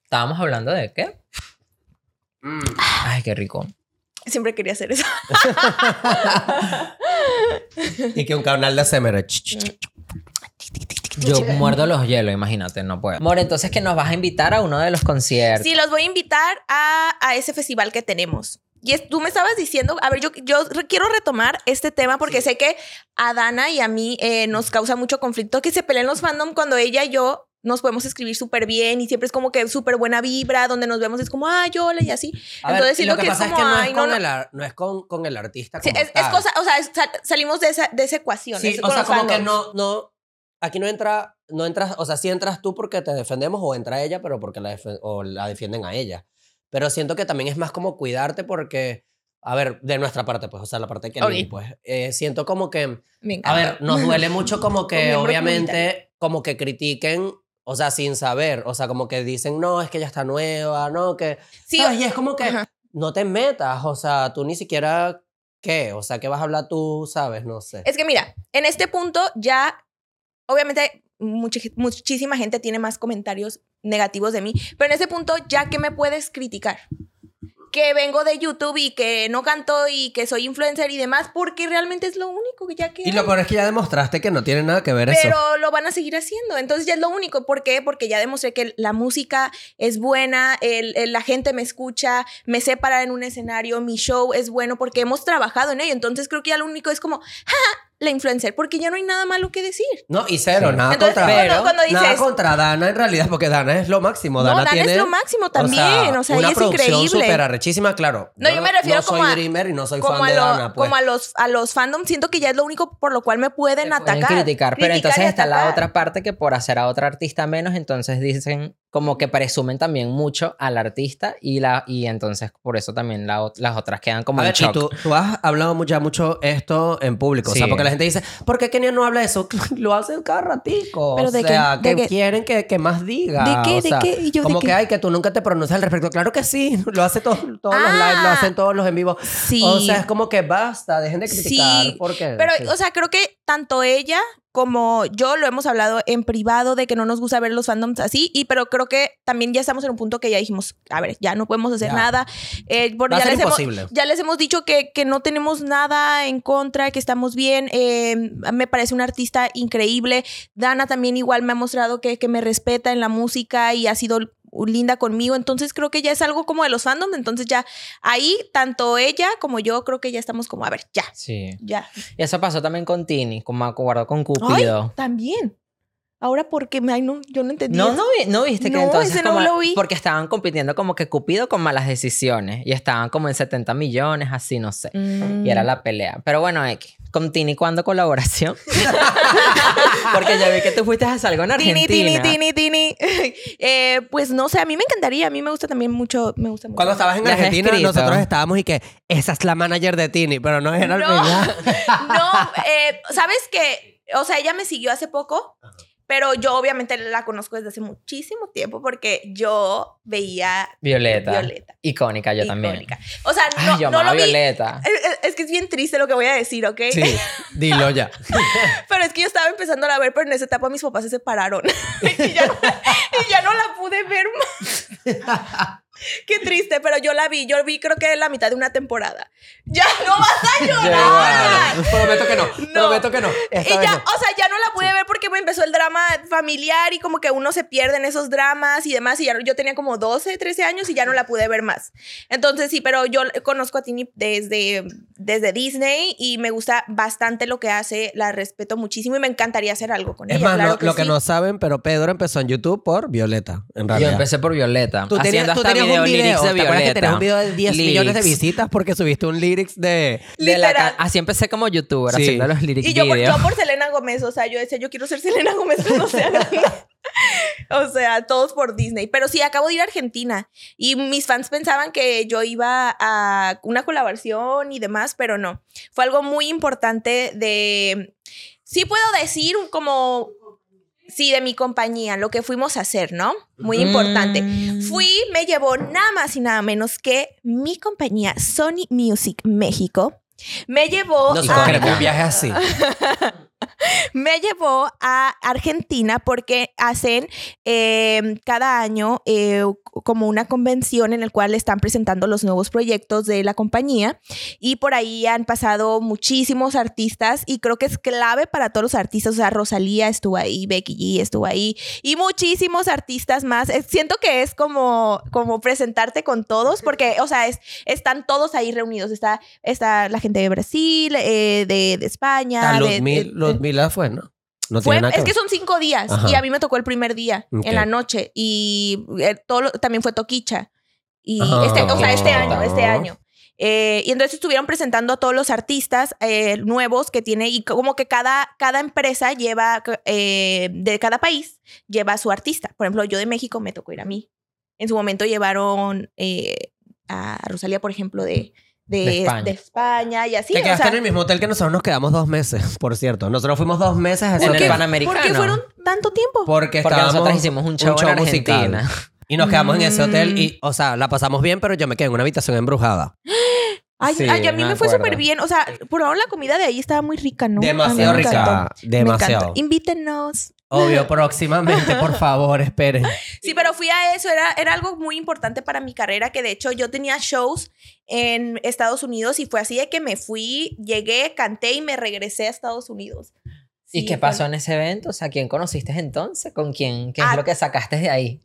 Speaker 3: ¿Estábamos hablando de qué?
Speaker 4: Mm.
Speaker 3: Ay, qué rico.
Speaker 5: Siempre quería hacer eso.
Speaker 4: Y que un canal de semera.
Speaker 5: Mm.
Speaker 3: Yo muerdo los hielos, imagínate, no puedo. More, entonces que nos vas a invitar a uno de los conciertos.
Speaker 5: Sí, los voy a invitar a, a ese festival que tenemos. Y es- tú me estabas diciendo, a ver, yo, yo re- quiero retomar este tema porque sé que a Dana y a mí eh, nos causa mucho conflicto que se peleen los fandom cuando ella y yo nos podemos escribir súper bien y siempre es como que súper buena vibra, donde nos vemos es como, ay, hola y así.
Speaker 4: A ver,
Speaker 5: Entonces
Speaker 4: y
Speaker 5: siento
Speaker 4: lo que,
Speaker 5: que es
Speaker 4: pasa
Speaker 5: como,
Speaker 4: es que no
Speaker 5: ay,
Speaker 4: es,
Speaker 5: no,
Speaker 4: con
Speaker 5: no.
Speaker 4: el, ar- no es con, con el artista.
Speaker 5: Sí,
Speaker 4: como
Speaker 5: es, es
Speaker 4: tal.
Speaker 5: cosa, o sea, es- sal- salimos de esa, de esa ecuación.
Speaker 4: Sí,
Speaker 5: es
Speaker 4: o
Speaker 5: con
Speaker 4: sea,
Speaker 5: los
Speaker 4: como que
Speaker 5: fandoms.
Speaker 4: no, no, aquí no entra, no entras, o sea, sí entras tú porque te defendemos o entra ella, pero porque la, defe- o la defienden a ella. Pero siento que también es más como cuidarte porque, a ver, de nuestra parte, pues, o sea, la parte que Kenini,
Speaker 5: Ok.
Speaker 4: pues, eh, siento como que,
Speaker 5: Me
Speaker 4: a
Speaker 5: encanta.
Speaker 4: ver, nos duele mucho como que,
Speaker 5: miembro
Speaker 4: obviamente, como que critiquen, o sea, sin saber, o sea, como que dicen, no, es que ella está nueva, no, que,
Speaker 5: Sí,
Speaker 4: ¿sabes? Y es como que
Speaker 5: Ajá.
Speaker 4: no te metas, o sea, tú ni siquiera, ¿qué? O sea, ¿qué vas a hablar tú, sabes? No sé.
Speaker 5: Es que mira, en este punto ya, obviamente, muchi- muchísima gente tiene más comentarios negativos de mí, pero en este punto ya que me puedes criticar. Que vengo de YouTube y que no canto y que soy influencer y demás, porque realmente es lo único que ya que.
Speaker 4: Y lo
Speaker 5: hay.
Speaker 4: peor es que ya demostraste que no tiene nada que ver eso.
Speaker 5: pero lo van a seguir haciendo. Entonces ya es lo único. ¿Por qué? Porque ya demostré que la música es buena, el- el- la gente me escucha, me sé parar en un escenario, mi show es bueno porque hemos trabajado en ello. Entonces creo que ya lo único es como, ja, ja, la influencer, porque ya no hay nada malo que decir.
Speaker 4: No, y cero, nada
Speaker 5: Entonces,
Speaker 4: contra
Speaker 5: cuando-
Speaker 4: pero-
Speaker 5: cuando dices-
Speaker 4: Nada contra Dana en realidad, porque Dana es lo máximo. Dana,
Speaker 5: no, Dana
Speaker 4: tiene,
Speaker 5: es lo máximo también. O sea,
Speaker 4: una
Speaker 5: ella es
Speaker 4: producción
Speaker 5: increíble.
Speaker 4: súper arrechísima, claro.
Speaker 5: No, yo me refiero
Speaker 4: no
Speaker 5: como a-
Speaker 4: soy Dreamer y no soy
Speaker 5: como
Speaker 4: fan
Speaker 5: a,
Speaker 4: de
Speaker 5: lo-
Speaker 4: Dana, pues.
Speaker 5: como a los a los fandom siento que ya es lo único por lo cual me pueden
Speaker 3: Te pueden
Speaker 5: atacar
Speaker 3: criticar, pero
Speaker 5: criticar
Speaker 3: entonces
Speaker 5: y
Speaker 3: está la
Speaker 5: atacar.
Speaker 3: otra parte que por hacer a otra artista menos, entonces dicen como que presumen también mucho al artista y la y entonces por eso también la ot- las otras quedan como
Speaker 4: A
Speaker 3: en
Speaker 4: ver, y
Speaker 3: shock.
Speaker 4: tú, tú has hablado mucho, ya mucho esto en público. O sea,
Speaker 3: Sí.
Speaker 4: porque la gente dice, ¿por qué Kenia no habla de eso? lo hace cada ratico.
Speaker 5: Pero
Speaker 4: o
Speaker 5: ¿de qué?
Speaker 4: sea,
Speaker 5: ¿De
Speaker 4: que
Speaker 5: qué?
Speaker 4: quieren que, que más diga.
Speaker 5: ¿De qué?
Speaker 4: o
Speaker 5: ¿De
Speaker 4: sea,
Speaker 5: qué? ¿Y yo de
Speaker 4: como que,
Speaker 5: qué?
Speaker 4: ay, que tú nunca te pronuncias al respecto. Claro que sí. Lo hace todo- todos los lives, lo
Speaker 5: Ah.
Speaker 4: hacen todos los en vivo.
Speaker 5: sí
Speaker 4: O sea, es como que basta, dejen de
Speaker 5: Sí,
Speaker 4: criticar. ¿Por qué?
Speaker 5: Pero,
Speaker 4: Sí.
Speaker 5: o sea, creo que tanto ella como yo lo hemos hablado en privado de que no nos gusta ver los fandoms así, y pero creo que también ya estamos en un punto que ya dijimos, a ver, ya no podemos hacer
Speaker 4: Ya.
Speaker 5: nada. Eh, por-
Speaker 4: Va a
Speaker 5: ya,
Speaker 4: ser
Speaker 5: les hemos,
Speaker 4: imposible.
Speaker 5: ya les hemos dicho que, que no tenemos nada en contra, que estamos bien. eh, me parece una artista increíble. Dana también igual me ha mostrado que, que me respeta en la música y ha sido linda conmigo. Entonces creo que ya es algo como de los fandoms. Entonces ya ahí, tanto ella como yo, creo que ya estamos como, a ver, ya,
Speaker 3: Sí.
Speaker 5: ya.
Speaker 3: Y eso pasó también con Tini, como acuerdo con Cupido.
Speaker 5: También. Ahora porque me, ay, no, yo no entendí.
Speaker 3: No,
Speaker 5: eso.
Speaker 3: no, vi- no viste que
Speaker 5: No,
Speaker 3: entonces
Speaker 5: ese no
Speaker 3: como-
Speaker 5: lo vi.
Speaker 3: porque estaban compitiendo como que Cupido con malas decisiones y estaban como en 70 millones, así no sé. Y
Speaker 5: Mm.
Speaker 3: era la pelea. Pero bueno, X, con Tini cuando colaboración. Porque ya vi que tú fuiste a algo en Argentina.
Speaker 5: Tini, tini, tini, tini. Eh, pues no sé, a mí me encantaría. A mí me gusta también mucho. Me gusta mucho.
Speaker 4: Cuando estabas en
Speaker 3: ¿La has
Speaker 4: Argentina,
Speaker 3: escrito?
Speaker 4: nosotros estábamos y que esa es la manager de Tini, pero no es en
Speaker 5: No.
Speaker 4: Argentina.
Speaker 5: No, eh, ¿sabes qué? O sea, ella me siguió hace poco, pero yo obviamente la conozco desde hace muchísimo tiempo porque yo veía
Speaker 3: Violeta.
Speaker 5: Violeta.
Speaker 3: Icónica, yo también.
Speaker 5: Icónica. O sea,
Speaker 3: Ay,
Speaker 5: no,
Speaker 3: yo
Speaker 5: no
Speaker 3: amaba
Speaker 5: lo vi.
Speaker 3: Violeta.
Speaker 5: Es, es- es que es bien triste lo que voy a decir, ¿ok?
Speaker 4: Sí, dilo ya.
Speaker 5: Pero es que yo estaba empezando a ver, pero en esa etapa mis papás se separaron. y, ya, y ya no la pude ver más. Qué triste, pero yo la vi. Yo vi creo que la mitad de una temporada. ¡Ya no vas a llorar!
Speaker 4: Prometo que no, prometo que no.
Speaker 5: Y ya, oh, o sea, ya no la pude ver porque me empezó el drama familiar y como que uno se pierde en esos dramas y demás. Y ya, no- yo tenía como 12, 13 años y ya no la pude ver más. Entonces, sí, pero yo conozco a Tini desde, desde Disney y me gusta bastante lo que hace, la respeto muchísimo y me encantaría hacer algo con
Speaker 4: Es
Speaker 5: ella.
Speaker 4: más,
Speaker 5: claro
Speaker 4: lo, lo que
Speaker 5: sí.
Speaker 4: no saben, pero Pedro empezó en YouTube por Violeta, en
Speaker 3: Yo
Speaker 4: realidad.
Speaker 3: empecé por Violeta.
Speaker 4: Tú tenías,
Speaker 3: haciendo
Speaker 4: tú
Speaker 3: hasta
Speaker 4: tenías
Speaker 3: video
Speaker 4: un video,
Speaker 3: lyrics
Speaker 4: ¿te
Speaker 3: de Violeta.
Speaker 4: acuerdas que tenías un video de 10 millones de
Speaker 3: Lyrics.
Speaker 4: visitas porque subiste un lyrics de...
Speaker 3: De la ca-
Speaker 5: Literal.
Speaker 3: así empecé como youtuber,
Speaker 4: Sí.
Speaker 3: haciendo los lyrics
Speaker 5: Y yo por,
Speaker 3: video.
Speaker 5: yo por Selena Gómez, o sea, yo decía, yo quiero ser Selena Gómez cuando sea grande. O sea, todos por Disney. Pero sí, acabo de ir a Argentina y mis fans pensaban que yo iba a una colaboración y demás, pero no. Fue algo muy importante de... Sí puedo decir como... Sí, de mi compañía, lo que fuimos a hacer, ¿no? Muy importante.
Speaker 3: Mm.
Speaker 5: Fui, me llevó nada más y nada menos que mi compañía Sony Music México. Me llevó
Speaker 4: No sé,
Speaker 5: a
Speaker 4: creo que un viaje así.
Speaker 5: me llevó a Argentina porque hacen eh, cada año eh, como una convención en el cual están presentando los nuevos proyectos de la compañía y por ahí han pasado muchísimos artistas y creo que es clave para todos los artistas, o sea, Rosalía estuvo ahí, Becky G estuvo ahí y muchísimos artistas más. Eh, Siento que es como, como presentarte con todos porque, o sea, es, están todos ahí reunidos, está, está la gente de Brasil, eh, de, de España,
Speaker 4: A
Speaker 5: Ah, de- de-
Speaker 4: Ludmil-
Speaker 5: de-
Speaker 4: Ludmila fue, ¿no? No
Speaker 5: fue-
Speaker 4: tiene nada
Speaker 5: es que
Speaker 4: ver.
Speaker 5: son cinco días
Speaker 4: Ajá.
Speaker 5: y a mí me tocó el primer día
Speaker 4: Ok.
Speaker 5: en la noche y eh, todo lo- también fue Toquicha y
Speaker 4: Ah,
Speaker 5: este, o sea, este año, este
Speaker 4: ah.
Speaker 5: año. Eh, y entonces estuvieron presentando a todos los artistas eh, nuevos que tiene y como que cada, cada empresa lleva, eh, de cada país lleva a su artista. Por ejemplo, yo de México me tocó ir a mí. En su momento llevaron eh, a Rosalía, por ejemplo, de, de,
Speaker 3: De España.
Speaker 5: de España y así.
Speaker 4: Te
Speaker 5: o
Speaker 4: quedaste
Speaker 5: sea,
Speaker 4: en el mismo hotel que nosotros nos quedamos dos meses, por cierto. Nosotros fuimos dos meses a ese
Speaker 3: En el
Speaker 4: hotel.
Speaker 3: Panamericano.
Speaker 5: ¿Por qué fueron tanto tiempo?
Speaker 4: Porque,
Speaker 3: Porque
Speaker 4: estábamos
Speaker 3: nosotras hicimos un show, en
Speaker 4: musical.
Speaker 3: Argentina.
Speaker 4: Y nos quedamos en ese hotel
Speaker 5: Mm.
Speaker 4: y, o sea, la pasamos bien, pero yo me quedé en una habitación embrujada.
Speaker 5: Ay,
Speaker 3: Sí,
Speaker 5: ay, a mí
Speaker 3: me
Speaker 5: me, fue
Speaker 3: acuerdo.
Speaker 5: súper bien. O sea, por ahora la comida de ahí estaba muy rica, ¿no?
Speaker 4: Demasiado
Speaker 5: A mí me encantó.
Speaker 4: rica.
Speaker 5: Me
Speaker 4: Demasiado.
Speaker 5: encantó. Invítenos.
Speaker 4: Obvio, próximamente, por favor, esperen.
Speaker 5: Sí, pero fui a eso. Era, era algo muy importante para mi carrera, que de hecho yo tenía shows en Estados Unidos y fue así de que me fui, llegué, canté y me regresé a Estados Unidos.
Speaker 3: ¿Y
Speaker 5: Sí,
Speaker 3: qué
Speaker 5: fue-
Speaker 3: pasó en ese evento? O sea, ¿quién conociste entonces? ¿Con quién? ¿Qué es
Speaker 5: Ah.
Speaker 3: lo que sacaste de ahí?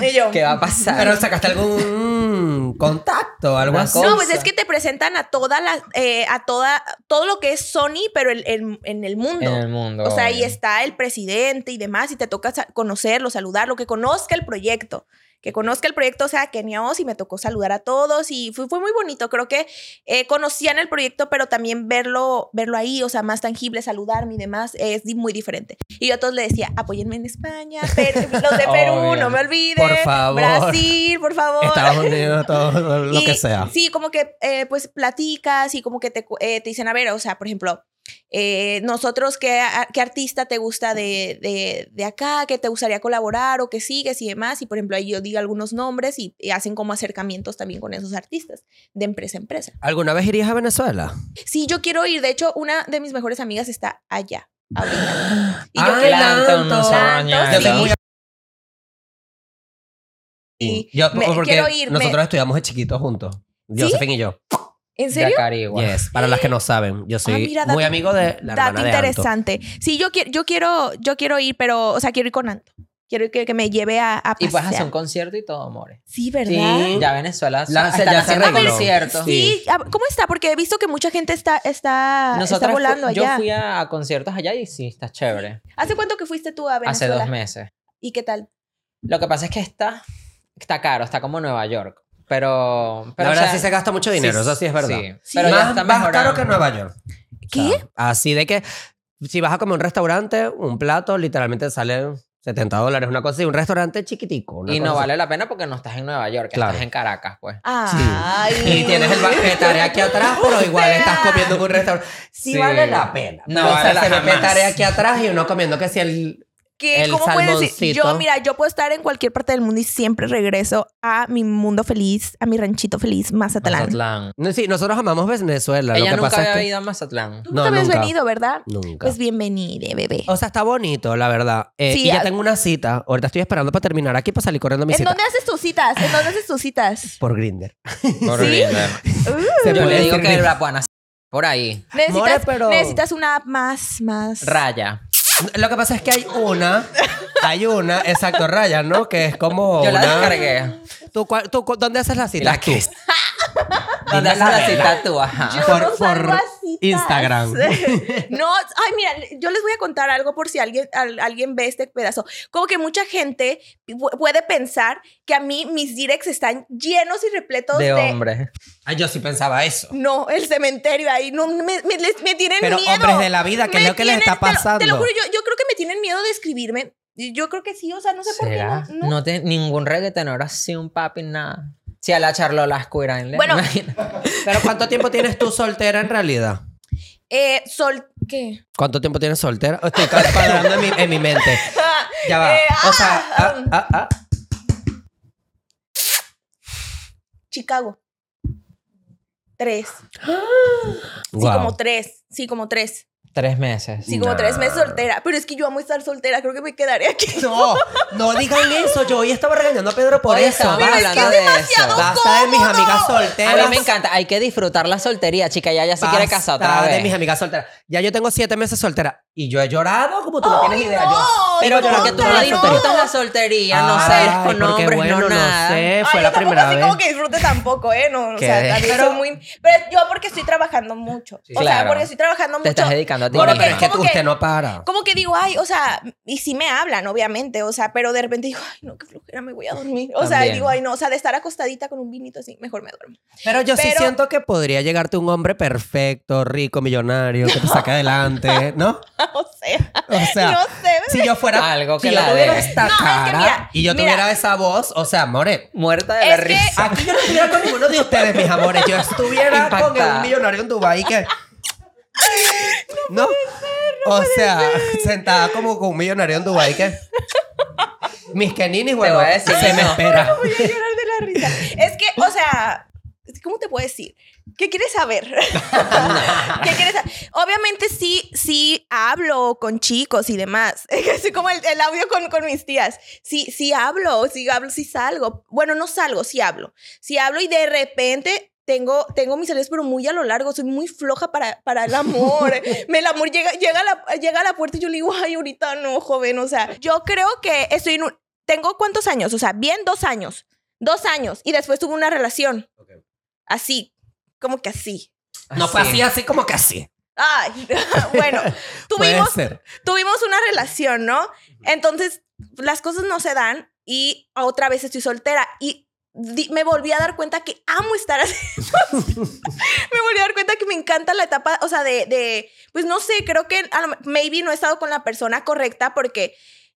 Speaker 5: Y yo,
Speaker 3: ¿Qué va a pasar?
Speaker 4: Pero sacaste algún contacto, algo
Speaker 3: Una
Speaker 4: así.
Speaker 3: cosa.
Speaker 5: No, pues es que te presentan a toda la, eh, a toda, todo lo que es Sony, pero en, en- en el mundo.
Speaker 3: en el mundo.
Speaker 5: o sea, ahí
Speaker 3: obvio.
Speaker 5: está el presidente y demás, y te toca sa- conocerlo, saludarlo, que conozca el proyecto. Que conozca el proyecto, o sea, Kenia Oz, y me tocó saludar a todos, y fue, fue muy bonito. Creo que eh, conocían el proyecto, pero también verlo, verlo ahí, o sea, más tangible, saludarme y demás, es di- muy diferente. Y yo a todos les decía, apóyenme en España, Per- los de Perú,
Speaker 3: Obvio.
Speaker 5: no me olviden.
Speaker 4: Por favor.
Speaker 5: Brasil, por favor.
Speaker 4: Estados Unidos, todo lo
Speaker 5: Y
Speaker 4: que sea.
Speaker 5: Sí, como que eh, pues platicas y como que te, cu- eh, te dicen, a ver, o sea, por ejemplo, eh, nosotros, ¿qué, a- qué artista te gusta de, de, de acá? ¿Qué te gustaría colaborar o qué sigues y demás? Y por ejemplo, ahí yo digo algunos nombres y, y hacen como acercamientos también con esos artistas, de empresa a empresa.
Speaker 4: ¿Alguna vez irías a Venezuela?
Speaker 5: Sí, yo quiero ir. De hecho, una de mis mejores amigas está allá. Ahorita. Y
Speaker 4: Ah,
Speaker 5: yo que
Speaker 4: la-
Speaker 5: la...
Speaker 3: Tanto, no se
Speaker 5: tanto,
Speaker 3: bañaron.
Speaker 4: Yo
Speaker 5: sí.
Speaker 4: soy muy-
Speaker 5: y
Speaker 4: Yo-
Speaker 5: me-
Speaker 4: porque
Speaker 5: quiero ir, me-
Speaker 4: nosotros estudiamos de chiquitos juntos.
Speaker 5: ¿Sí?
Speaker 4: Josephine y yo.
Speaker 5: ¿En serio?
Speaker 3: Yacarigua.
Speaker 4: Yes, Para las que no saben, yo soy
Speaker 5: Ah, mira, dato-
Speaker 4: muy amigo de la hermana
Speaker 5: Dato
Speaker 4: de Anto.
Speaker 5: interesante. Sí, yo quiero, yo quiero, yo quiero ir, pero, o sea, quiero ir con Anto. Quiero que, que me lleve a, a
Speaker 3: Y pues puedes
Speaker 5: pasear.
Speaker 3: hacer un concierto y todo, amores.
Speaker 5: Sí, ¿verdad?
Speaker 4: Sí.
Speaker 3: Ya Venezuela
Speaker 4: La-
Speaker 3: hasta
Speaker 4: ya se
Speaker 3: haciendo
Speaker 4: arregló.
Speaker 3: conciertos.
Speaker 5: Sí, a- ¿cómo está? Porque he visto que mucha gente está, Ah, está, está
Speaker 3: Nosotras fu-
Speaker 5: volando
Speaker 3: yo
Speaker 5: allá.
Speaker 3: fui a, a conciertos allá y sí, está chévere.
Speaker 5: ¿Hace cuánto que fuiste tú a
Speaker 3: Hace
Speaker 5: Venezuela?
Speaker 3: dos meses.
Speaker 5: ¿Y qué tal?
Speaker 3: Lo que pasa es que está, está caro, está como Nueva York. Pero, pero
Speaker 4: la
Speaker 3: o
Speaker 4: verdad
Speaker 3: sea,
Speaker 4: sí se gasta mucho dinero, eso sí es verdad.
Speaker 3: sí. Pero ya
Speaker 4: más,
Speaker 3: está
Speaker 4: más
Speaker 3: mejorando.
Speaker 4: caro que Nueva York.
Speaker 5: ¿Qué?
Speaker 4: O sea, así de que si vas a comer a un restaurante, un plato literalmente sale 70 dólares, una cosa así, un restaurante chiquitico. una
Speaker 3: Y
Speaker 4: cosa
Speaker 3: no
Speaker 4: así.
Speaker 3: vale la pena porque no estás en Nueva York,
Speaker 4: Claro.
Speaker 3: estás en Caracas, pues.
Speaker 5: Ay.
Speaker 4: Y tienes el banquetaré aquí atrás, pero igual estás comiendo en un restaurante. Sí,
Speaker 3: Sí.
Speaker 4: vale la pena.
Speaker 3: No
Speaker 4: No, o sea,
Speaker 3: vale la
Speaker 4: se ve
Speaker 3: jamás.
Speaker 4: tarea aquí atrás y uno comiendo que si el...
Speaker 5: ¿Qué?
Speaker 4: El
Speaker 5: ¿Cómo puedes decir?
Speaker 4: salmoncito.
Speaker 5: Yo, mira, yo puedo estar en cualquier parte del mundo y siempre regreso a mi mundo feliz, a mi ranchito feliz, Mazatlán.
Speaker 3: Mazatlán.
Speaker 4: No, Sí, nosotros amamos Venezuela.
Speaker 3: Ella
Speaker 4: lo que
Speaker 3: nunca
Speaker 4: pasa
Speaker 3: había
Speaker 4: es que...
Speaker 3: ido a Mazatlán.
Speaker 5: Tú
Speaker 4: No,
Speaker 5: nunca habías
Speaker 4: nunca.
Speaker 5: venido, ¿verdad?
Speaker 4: Nunca. Oh,
Speaker 5: Pues bienvenida, bebé.
Speaker 4: O sea, está bonito, la verdad. Eh,
Speaker 5: Sí,
Speaker 4: y ya
Speaker 5: a-
Speaker 4: tengo una cita. Ahorita estoy esperando para terminar aquí para salir corriendo a mi
Speaker 5: ¿En
Speaker 4: cita.
Speaker 5: dónde haces tus citas? ¿En dónde haces tus citas?
Speaker 4: Por Grinder.
Speaker 3: Por
Speaker 5: ¿Sí?
Speaker 3: Grindr.
Speaker 4: Se
Speaker 3: Yo
Speaker 4: puede
Speaker 3: le digo que
Speaker 4: decir Grindr.
Speaker 3: la puedan hacer por ahí.
Speaker 5: Uh, Necesitas,
Speaker 4: More, pero-
Speaker 5: necesitas una app más, más.
Speaker 3: Raya.
Speaker 4: Lo que pasa es que hay una, hay una, exacto, Raya, ¿no? Que es como
Speaker 3: Yo la
Speaker 4: una-
Speaker 3: descargué.
Speaker 4: ¿Tú, cuál- tú cu- dónde haces la
Speaker 3: Y
Speaker 4: cita?
Speaker 3: la quise. ¿Dónde haces la cita tú? Ajá.
Speaker 5: Yo
Speaker 4: Por-
Speaker 5: no salgo
Speaker 4: por
Speaker 5: a citas.
Speaker 4: Instagram.
Speaker 5: no, ay, mira, yo les voy a contar algo por si alguien, al- alguien ve este pedazo. Como que mucha gente pu- puede pensar que a mí mis directs están llenos y repletos de.
Speaker 3: De hombre.
Speaker 4: Ay, yo sí pensaba eso.
Speaker 5: No, el cementerio ahí. No, me, me- les- me tienen
Speaker 4: Pero
Speaker 5: miedo.
Speaker 4: hombres de la vida, ¿qué es
Speaker 5: Me
Speaker 4: lo que les
Speaker 5: tienen-
Speaker 4: está
Speaker 5: te lo- Te lo,
Speaker 4: pasando?
Speaker 5: juro, yo, yo creo que me tienen miedo de escribirme. Yo creo que sí, o sea, no sé por qué.
Speaker 3: ¿Será?
Speaker 5: no- no.
Speaker 3: No, te, ningún reggaetonero así, un papi, nada. Si a la charlola oscura.
Speaker 5: Bueno.
Speaker 4: Pero ¿cuánto tiempo tienes tú soltera en realidad?
Speaker 5: Eh, sol. ¿Qué?
Speaker 4: ¿Cuánto tiempo tienes soltera? Estoy cuadrando en mi, en mi mente. Ya va.
Speaker 5: Eh,
Speaker 4: o sea, ah, ah, ah.
Speaker 5: Chicago. Tres. Sí,
Speaker 4: Guau.
Speaker 5: como tres. Sí, como tres.
Speaker 3: Tres meses.
Speaker 5: Sí, como
Speaker 4: Nah.
Speaker 5: tres meses soltera. Pero es que yo amo estar soltera. Creo que me quedaré aquí.
Speaker 4: No, no digan eso. Yo hoy estaba regañando a Pedro por
Speaker 3: Hoy
Speaker 4: eso.
Speaker 3: estábamos
Speaker 4: Basta.
Speaker 3: hablando de eso.
Speaker 4: Basta de mis amigas
Speaker 3: A
Speaker 4: solteras.
Speaker 3: mí me encanta, hay que disfrutar la soltería, chica. Ya ya se quiere casar otra
Speaker 4: Basta
Speaker 3: vez.
Speaker 4: de mis amigas solteras. Ya yo tengo siete meses soltera. Y yo he llorado como tú no tienes idea. Yo,
Speaker 3: Pero
Speaker 4: Digo,
Speaker 3: porque tú
Speaker 4: no,
Speaker 3: no
Speaker 4: no.
Speaker 3: disfrutas la soltería, no sales
Speaker 4: Ay,
Speaker 3: con
Speaker 4: porque
Speaker 3: hombres,
Speaker 4: bueno,
Speaker 3: no nada.
Speaker 4: sé,
Speaker 5: Ay,
Speaker 4: fue
Speaker 5: yo
Speaker 4: la
Speaker 5: tampoco
Speaker 4: primera
Speaker 5: así
Speaker 4: vez.
Speaker 5: como que disfrute tampoco, ¿eh? No, o
Speaker 3: Qué
Speaker 5: sea,
Speaker 3: de-
Speaker 5: también
Speaker 4: Pero-
Speaker 5: soy muy... Pero yo porque estoy trabajando mucho. o sea,
Speaker 3: Claro.
Speaker 5: porque estoy trabajando mucho.
Speaker 3: Te estás dedicando a ti
Speaker 4: Bueno,
Speaker 3: misma.
Speaker 4: pero es que
Speaker 5: como
Speaker 4: tú-
Speaker 5: que-
Speaker 4: usted no para.
Speaker 5: Como que digo, ay, o sea, y sí me hablan, obviamente, o sea, pero de repente digo, ay, no, qué flojera, me voy a dormir. O sea,
Speaker 3: También.
Speaker 5: digo, ay, no, o sea, de estar acostadita con un vinito así, mejor me duermo.
Speaker 4: Pero yo sí
Speaker 5: Pero-
Speaker 4: siento que podría llegarte un hombre perfecto, rico, millonario, que te saca adelante, ¿no?
Speaker 5: O sé.
Speaker 4: O sea,
Speaker 5: no sé.
Speaker 4: si yo fuera.
Speaker 3: Algo que
Speaker 4: si
Speaker 3: la
Speaker 4: yo tuviera
Speaker 3: dé.
Speaker 4: esta
Speaker 5: No, es que
Speaker 4: cara
Speaker 5: mira,
Speaker 4: y yo
Speaker 5: mira.
Speaker 4: tuviera esa voz, o sea, more.
Speaker 3: Muerta de la
Speaker 5: Es que-
Speaker 3: risa.
Speaker 4: Aquí yo no estuviera con ninguno de ustedes, mis amores. Yo estuviera con
Speaker 3: Impactada.
Speaker 4: un millonario en Dubái que. No. o sea, sentada como con un millonario en Dubái que. Mis keninis, bueno,
Speaker 3: voy a decir
Speaker 4: se
Speaker 3: que
Speaker 4: me
Speaker 3: no.
Speaker 4: espera.
Speaker 5: Voy a llorar de la risa. Es que, o sea, ¿cómo te puedo decir? ¿Qué quieres saber? ¿Qué quieres saber? Obviamente sí, sí hablo con chicos y demás. Es como el, el audio con, con mis tías. Sí, sí hablo, sí hablo, sí salgo. Bueno, no salgo, sí hablo. Sí hablo y de repente... Tengo, tengo mis salidas, pero muy a lo largo. Soy muy floja para, para el amor. Me- el amor llega, llega, a la, llega a la puerta y yo le digo, ay, ahorita no, joven. O sea, yo creo que estoy en un... ¿Tengo cuántos años? O sea, bien dos años. Dos años. Y después tuve una relación. Así. Como que así.
Speaker 4: No fue así, así como que así.
Speaker 5: Ay, bueno,
Speaker 4: Puede
Speaker 5: tuvimos,
Speaker 4: ser.
Speaker 5: tuvimos una relación, ¿no? Entonces, las cosas no se dan y otra vez estoy soltera y di- me volví a dar cuenta que amo estar así. me volví a dar cuenta que me encanta la etapa, o sea, de, de pues no sé, creo que a lo- maybe no he estado con la persona correcta porque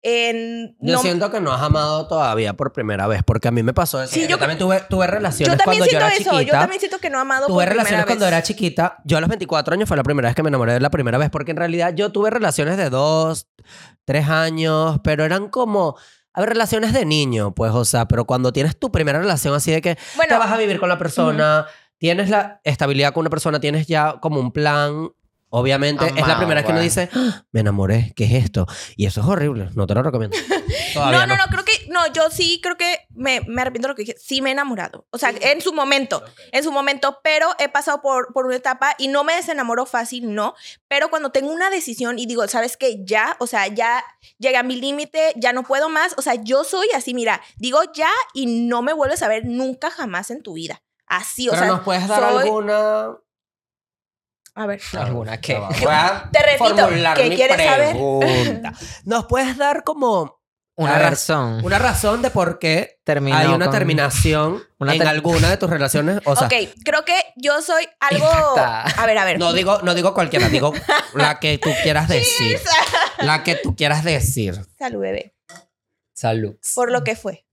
Speaker 5: en...
Speaker 4: Yo
Speaker 5: no-
Speaker 4: siento que no has amado todavía por primera vez, porque a mí me pasó eso.
Speaker 5: Sí,
Speaker 4: yo,
Speaker 5: yo-
Speaker 4: también tuve, tuve relaciones
Speaker 5: yo también
Speaker 4: cuando yo
Speaker 5: siento
Speaker 4: era
Speaker 5: eso,
Speaker 4: chiquita.
Speaker 5: yo también siento que no he amado
Speaker 4: Tuve
Speaker 5: por primera
Speaker 4: relaciones cuando
Speaker 5: vez.
Speaker 4: era chiquita. Yo a los 24 años fue la primera vez que me enamoré de la primera vez, porque en realidad yo tuve relaciones de dos, tres años, pero eran como. A ver, relaciones de niño, pues, o sea, pero cuando tienes tu primera relación así de que te
Speaker 5: Bueno,
Speaker 4: vas a vivir con la persona, tienes la estabilidad con una persona, tienes ya como un plan. Obviamente, es la
Speaker 3: Amado,
Speaker 4: primera vez que uno
Speaker 3: güey.
Speaker 4: dice, "Ah, me enamoré, ¿qué es esto? Y eso es horrible, no te lo recomiendo.
Speaker 5: no,
Speaker 4: Todavía
Speaker 5: no, no, creo que, no, yo sí creo que me, me arrepiento de lo que dije. Sí me he enamorado. O sea, en su momento, en su momento, pero he pasado por, por una etapa y no me desenamoro fácil, no. Pero cuando tengo una decisión y digo, ¿sabes qué? Ya, o sea, ya llegué a mi límite, ya no puedo más. O sea, yo soy así, mira, digo ya y no me vuelves a ver nunca jamás en tu vida. Así, o
Speaker 4: Pero
Speaker 5: sea.
Speaker 4: nos puedes dar
Speaker 5: soy-
Speaker 4: alguna.
Speaker 5: A ver.
Speaker 3: Alguna que.
Speaker 4: Voy a
Speaker 5: Te repito,
Speaker 4: formular
Speaker 5: ¿qué
Speaker 4: mi
Speaker 5: quieres saber?
Speaker 4: pregunta. Nos puedes dar como A
Speaker 3: Una
Speaker 4: ver.
Speaker 3: razón.
Speaker 4: una razón de por qué
Speaker 3: Terminó
Speaker 4: hay una
Speaker 3: con-
Speaker 4: terminación
Speaker 3: Una
Speaker 4: en
Speaker 3: ter-
Speaker 4: alguna de tus relaciones. O sea,
Speaker 5: ok, creo que yo soy algo.
Speaker 3: Impactada.
Speaker 5: A ver, a ver.
Speaker 4: no, digo, no digo cualquiera, digo la que tú quieras decir. la que tú quieras decir.
Speaker 5: Salud, bebé.
Speaker 3: Salud.
Speaker 5: Por lo que fue.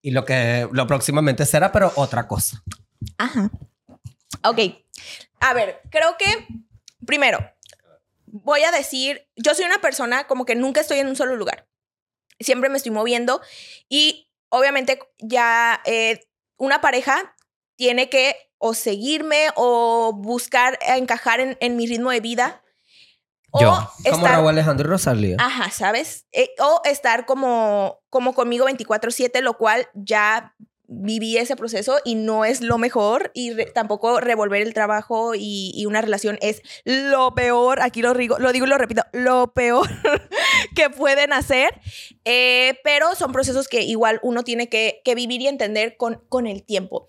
Speaker 4: Y lo que lo próximamente será, pero otra cosa.
Speaker 5: Ajá. Ok. A ver, creo que primero voy a decir, yo soy una persona como que nunca estoy en un solo lugar. Siempre me estoy moviendo y obviamente ya eh, una pareja tiene que o seguirme o buscar eh, encajar en, en mi ritmo de vida. O
Speaker 4: Yo, como
Speaker 5: estar- Ah,
Speaker 4: Raúl Alejandro y Rosalía.
Speaker 5: Ajá, ¿sabes? Eh, o estar como, como conmigo 24/7, lo cual ya viví ese proceso y no es lo mejor y re- tampoco revolver el trabajo y, y una relación es lo peor, aquí lo, rigo- lo digo y lo repito, lo peor que pueden hacer, Eh, pero son procesos que igual uno tiene que, que vivir y entender con, con el tiempo.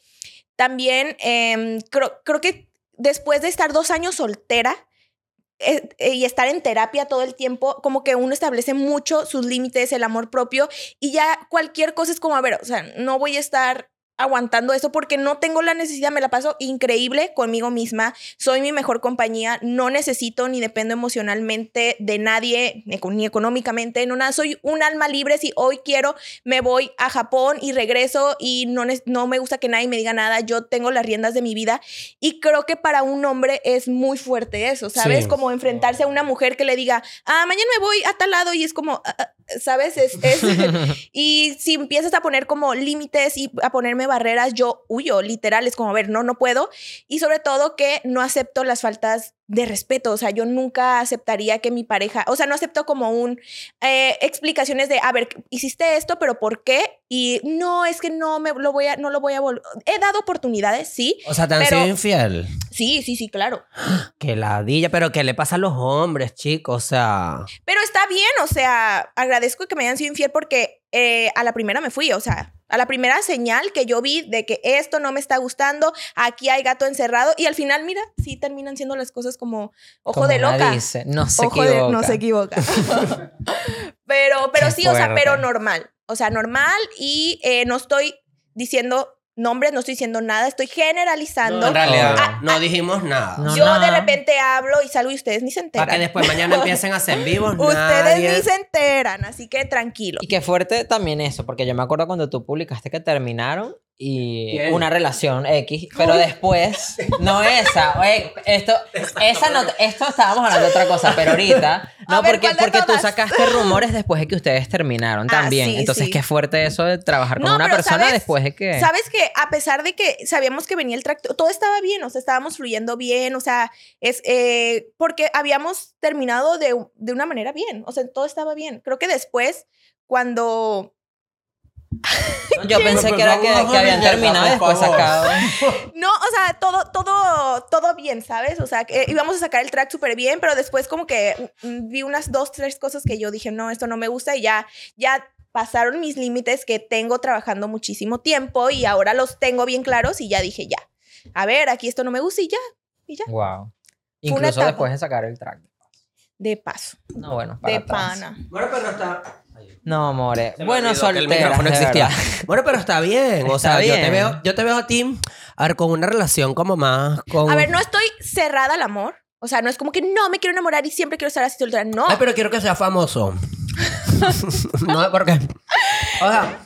Speaker 5: También em, creo, creo que después de estar dos años soltera, eh, eh, y estar en terapia todo el tiempo, como que uno establece mucho sus límites, el amor propio, y ya cualquier cosa es como, a ver, o sea, no voy a estar aguantando eso porque no tengo la necesidad, me la paso increíble conmigo misma, soy mi mejor compañía, no necesito ni dependo emocionalmente de nadie, ni eco- ni económicamente, no nada, soy un alma libre, si hoy quiero me voy a Japón y regreso y no, ne- no me gusta que nadie me diga nada, yo tengo las riendas de mi vida y creo que para un hombre es muy fuerte eso, ¿sabes?
Speaker 4: Sí.
Speaker 5: Como enfrentarse a una mujer que le diga, ah, mañana me voy a tal lado y es como, ah, ah, ¿sabes? Es, es- y si empiezas a poner como límites y a ponerme barreras, yo huyo, literal, es como, a ver, no, no puedo. Y sobre todo que no acepto las faltas de respeto, o sea, yo nunca aceptaría que mi pareja, o sea, no acepto como un, eh, explicaciones de, a ver, hiciste esto, pero ¿por qué? Y no, es que no me lo voy a, no lo voy a volver. He dado oportunidades, sí,
Speaker 4: O sea, te han
Speaker 5: Pero-
Speaker 4: sido infiel.
Speaker 5: sí, sí, sí, claro.
Speaker 4: Que ladilla, pero ¿qué le pasa a los hombres, chicos? O sea,
Speaker 5: Pero está bien, o sea, agradezco que me hayan sido infiel porque eh, a la primera me fui, o sea, a la primera señal que yo vi de que esto no me está gustando, aquí hay gato encerrado y al final, mira, sí terminan siendo las cosas como ojo
Speaker 3: Como
Speaker 5: de
Speaker 3: una
Speaker 5: loca.
Speaker 3: dice, no se
Speaker 5: Ojo de-
Speaker 3: equivoca.
Speaker 5: no se equivoca. pero pero
Speaker 4: Qué
Speaker 5: sí, o sea,
Speaker 4: fuerte.
Speaker 5: pero normal. O sea, normal y eh, no estoy diciendo nombres, no estoy diciendo nada, estoy generalizando.
Speaker 4: en realidad,
Speaker 5: Ah,
Speaker 4: no dijimos nada.
Speaker 3: No,
Speaker 5: Yo de
Speaker 3: nada.
Speaker 5: repente hablo y salgo y ustedes ni se
Speaker 4: Para que
Speaker 5: enteran.
Speaker 4: después mañana empiecen a hacer vivos.
Speaker 5: Ustedes
Speaker 4: nadie-
Speaker 5: ni se enteran, así que tranquilo.
Speaker 3: Y qué fuerte también eso, porque yo me acuerdo cuando tú publicaste que terminaron y
Speaker 4: ¿Quién?
Speaker 3: una relación X, pero después, no esa, oye, esto, esa no, esto estábamos hablando de otra cosa, pero ahorita, no,
Speaker 5: ver,
Speaker 3: porque,
Speaker 5: ¿cuál de
Speaker 3: porque tú
Speaker 5: todas?
Speaker 3: sacaste rumores después de que ustedes terminaron
Speaker 5: Ah,
Speaker 3: también,
Speaker 5: sí,
Speaker 3: entonces
Speaker 5: sí.
Speaker 3: qué fuerte eso de trabajar con
Speaker 5: No,
Speaker 3: una
Speaker 5: pero
Speaker 3: persona
Speaker 5: ¿sabes?
Speaker 3: después de que...
Speaker 5: Sabes que a pesar de que sabíamos que venía el tractor, todo estaba bien, o sea, estábamos fluyendo bien, o sea, es eh, porque habíamos terminado de, de una manera bien, o sea, todo estaba bien. Creo que después, cuando...
Speaker 3: Yo pensé que era que, que habían terminado y después sacado.
Speaker 5: No, o sea, todo, todo, todo bien, ¿sabes? O sea, que íbamos a sacar el track súper bien, pero después como que mm, vi unas dos, tres cosas que yo dije, no, esto no me gusta y ya, ya pasaron mis límites que tengo trabajando muchísimo tiempo y ahora los tengo bien claros y ya dije, ya, a ver, aquí esto no me gusta y ya, y ya.
Speaker 3: Wow.
Speaker 5: Fue una
Speaker 3: Incluso
Speaker 5: etapa.
Speaker 3: después de sacar el track.
Speaker 5: De paso.
Speaker 3: No, bueno, para
Speaker 5: de
Speaker 3: atrás.
Speaker 5: pana.
Speaker 4: Bueno, pero está.
Speaker 3: No, more.
Speaker 4: Se me
Speaker 3: Bueno,
Speaker 4: olvidó que
Speaker 3: soltera.
Speaker 4: el micrófono existía. Bueno, pero está bien. o
Speaker 3: Está
Speaker 4: sea, Yo, te
Speaker 3: bien.
Speaker 4: veo, yo te veo a ti, a ver, con una relación como más. Con...
Speaker 5: A ver, no estoy cerrada al amor. O sea, no es como que no me quiero enamorar y siempre quiero estar así soltera. No.
Speaker 4: Ay, pero quiero que sea famoso. no, porque. O sea,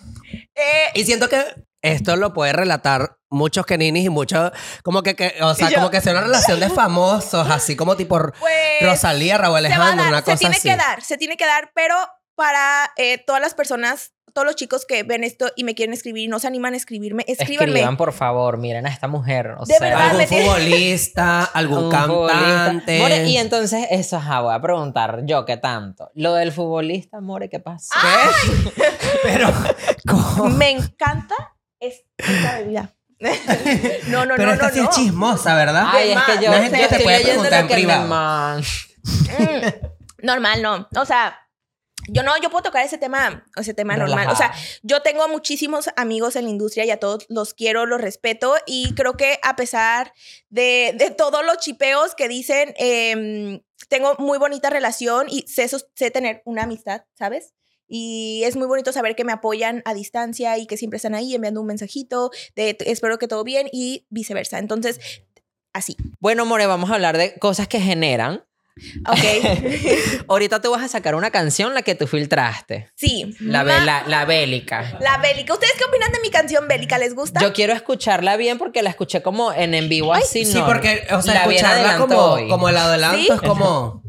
Speaker 5: Eh,
Speaker 4: y siento que esto lo puede relatar muchos Keninis y muchos. Como que, que- o sea,
Speaker 5: Y yo-
Speaker 4: como que sea una relación de famosos, así como tipo
Speaker 5: Pues,
Speaker 4: Rosalía, Raúl
Speaker 5: se va a
Speaker 4: Alejandro,
Speaker 5: dar,
Speaker 4: una
Speaker 5: se
Speaker 4: cosa
Speaker 5: tiene
Speaker 4: así.
Speaker 5: que dar, se tiene que dar, pero para eh, todas las personas, todos los chicos que ven esto y me quieren escribir y no se animan a escribirme, escríbanme.
Speaker 3: Escriban, por favor, miren a esta mujer. O
Speaker 5: De
Speaker 3: sea,
Speaker 5: verdad,
Speaker 4: Algún
Speaker 5: me tiene-
Speaker 4: futbolista, algún
Speaker 3: futbolista.
Speaker 4: cantante.
Speaker 3: More, y entonces, eso ajá, voy a preguntar yo qué tanto. Lo del futbolista, More, ¿qué pasa?
Speaker 5: Ah,
Speaker 4: ¿Qué? Pero, ¿cómo?
Speaker 5: Me encanta es- esta bebida. no, no,
Speaker 4: Pero
Speaker 5: no,
Speaker 4: esta
Speaker 5: no,
Speaker 4: sí es
Speaker 5: no.
Speaker 4: chismosa, ¿verdad?
Speaker 3: Ay, es que yo,
Speaker 4: La gente
Speaker 3: yo
Speaker 4: que te
Speaker 3: estoy
Speaker 4: puede
Speaker 3: leyendo
Speaker 4: preguntar
Speaker 3: lo
Speaker 4: en
Speaker 3: que me
Speaker 4: privado.
Speaker 3: man-
Speaker 5: Mm, normal, no. O sea, yo no, yo puedo tocar ese tema, ese tema normal. O sea, yo tengo muchísimos amigos en la industria y a todos los quiero, los respeto y creo que a pesar de, de todos los chipeos que dicen, em, tengo muy bonita relación y sé, sos- sé tener una amistad, ¿sabes? Y es muy bonito saber que me apoyan a distancia y que siempre están ahí enviando un mensajito de "Te- espero que todo bien y viceversa. Entonces, así.
Speaker 3: Bueno, More, vamos a hablar de cosas que generan.
Speaker 5: Ok.
Speaker 3: Ahorita tú vas a sacar una canción, la que tú filtraste.
Speaker 5: sí.
Speaker 3: La,
Speaker 5: Ma-
Speaker 3: be- la, la bélica.
Speaker 5: La bélica. ¿Ustedes qué opinan de mi canción bélica? ¿Les gusta?
Speaker 3: Yo quiero escucharla bien porque la escuché como en en vivo así,
Speaker 4: Sí,
Speaker 3: ¿no?
Speaker 4: porque, o sea,
Speaker 3: La bien
Speaker 4: escucharla
Speaker 3: adelantó
Speaker 4: como,
Speaker 3: hoy.
Speaker 4: como el adelanto
Speaker 5: ¿Sí?
Speaker 4: es como.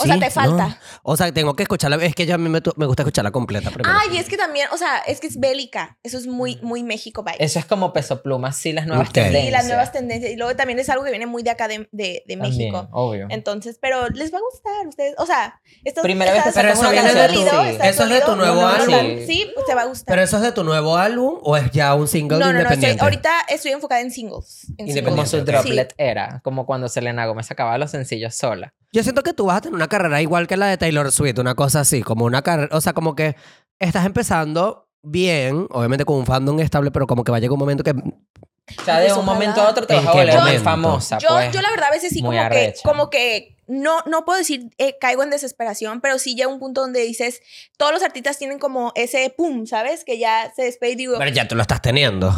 Speaker 5: O sea, te falta.
Speaker 4: ¿no? O sea, tengo que escucharla. Es que yo a mí me, tu- me gusta escucharla completa primero.
Speaker 5: Ay, es que también, o sea, es que es bélica. Eso es muy, muy México, bye.
Speaker 3: Eso es como peso pluma, sí, las nuevas
Speaker 4: Ok.
Speaker 3: tendencias.
Speaker 5: y las nuevas tendencias. Y luego también es algo que viene muy de acá de, de- de
Speaker 3: También,
Speaker 5: México.
Speaker 3: obvio.
Speaker 5: Entonces, pero les va a gustar a ustedes. O sea, estás,
Speaker 3: Primera vez que
Speaker 5: estás-
Speaker 4: Pero
Speaker 3: sacas
Speaker 4: eso
Speaker 3: una
Speaker 4: viene
Speaker 3: canción
Speaker 4: de
Speaker 3: así.
Speaker 4: tu.
Speaker 5: dolido, estás
Speaker 4: Eso es de tu
Speaker 5: dolido.
Speaker 4: nuevo
Speaker 3: No,
Speaker 5: Normal.
Speaker 3: no,
Speaker 4: álbum.
Speaker 3: sí.
Speaker 5: Sí, pues te va a gustar.
Speaker 4: Pero eso es de tu nuevo álbum o es ya un single
Speaker 5: no, no,
Speaker 4: de
Speaker 5: no. Estoy,
Speaker 4: independiente.
Speaker 5: ahorita estoy enfocada en singles. En
Speaker 4: Independiente,
Speaker 3: Como
Speaker 5: singles.
Speaker 3: su
Speaker 4: ok.
Speaker 3: droplet era, como cuando Selena Gómez acababa los sencillos sola.
Speaker 4: Yo siento que tú vas a tener una carrera igual que la de Taylor Swift, una cosa así, como una carrera, o sea, como que estás empezando bien, obviamente con un fandom estable, pero como que va a llegar un momento que
Speaker 3: O sea, de
Speaker 5: Pues
Speaker 3: un
Speaker 5: ojalá.
Speaker 3: momento a otro te
Speaker 4: ¿En
Speaker 3: vas a
Speaker 4: qué
Speaker 3: volver muy
Speaker 4: momento?
Speaker 3: famosa.
Speaker 5: Yo,
Speaker 3: pues.
Speaker 5: yo la verdad a veces sí
Speaker 3: muy
Speaker 5: como que,
Speaker 3: arrecha.
Speaker 5: como que no, no puedo decir eh, caigo en desesperación, pero sí llega un punto donde dices, todos los artistas tienen como ese pum, ¿sabes? Que ya se despide y digo,
Speaker 4: Pero ya tú lo estás teniendo.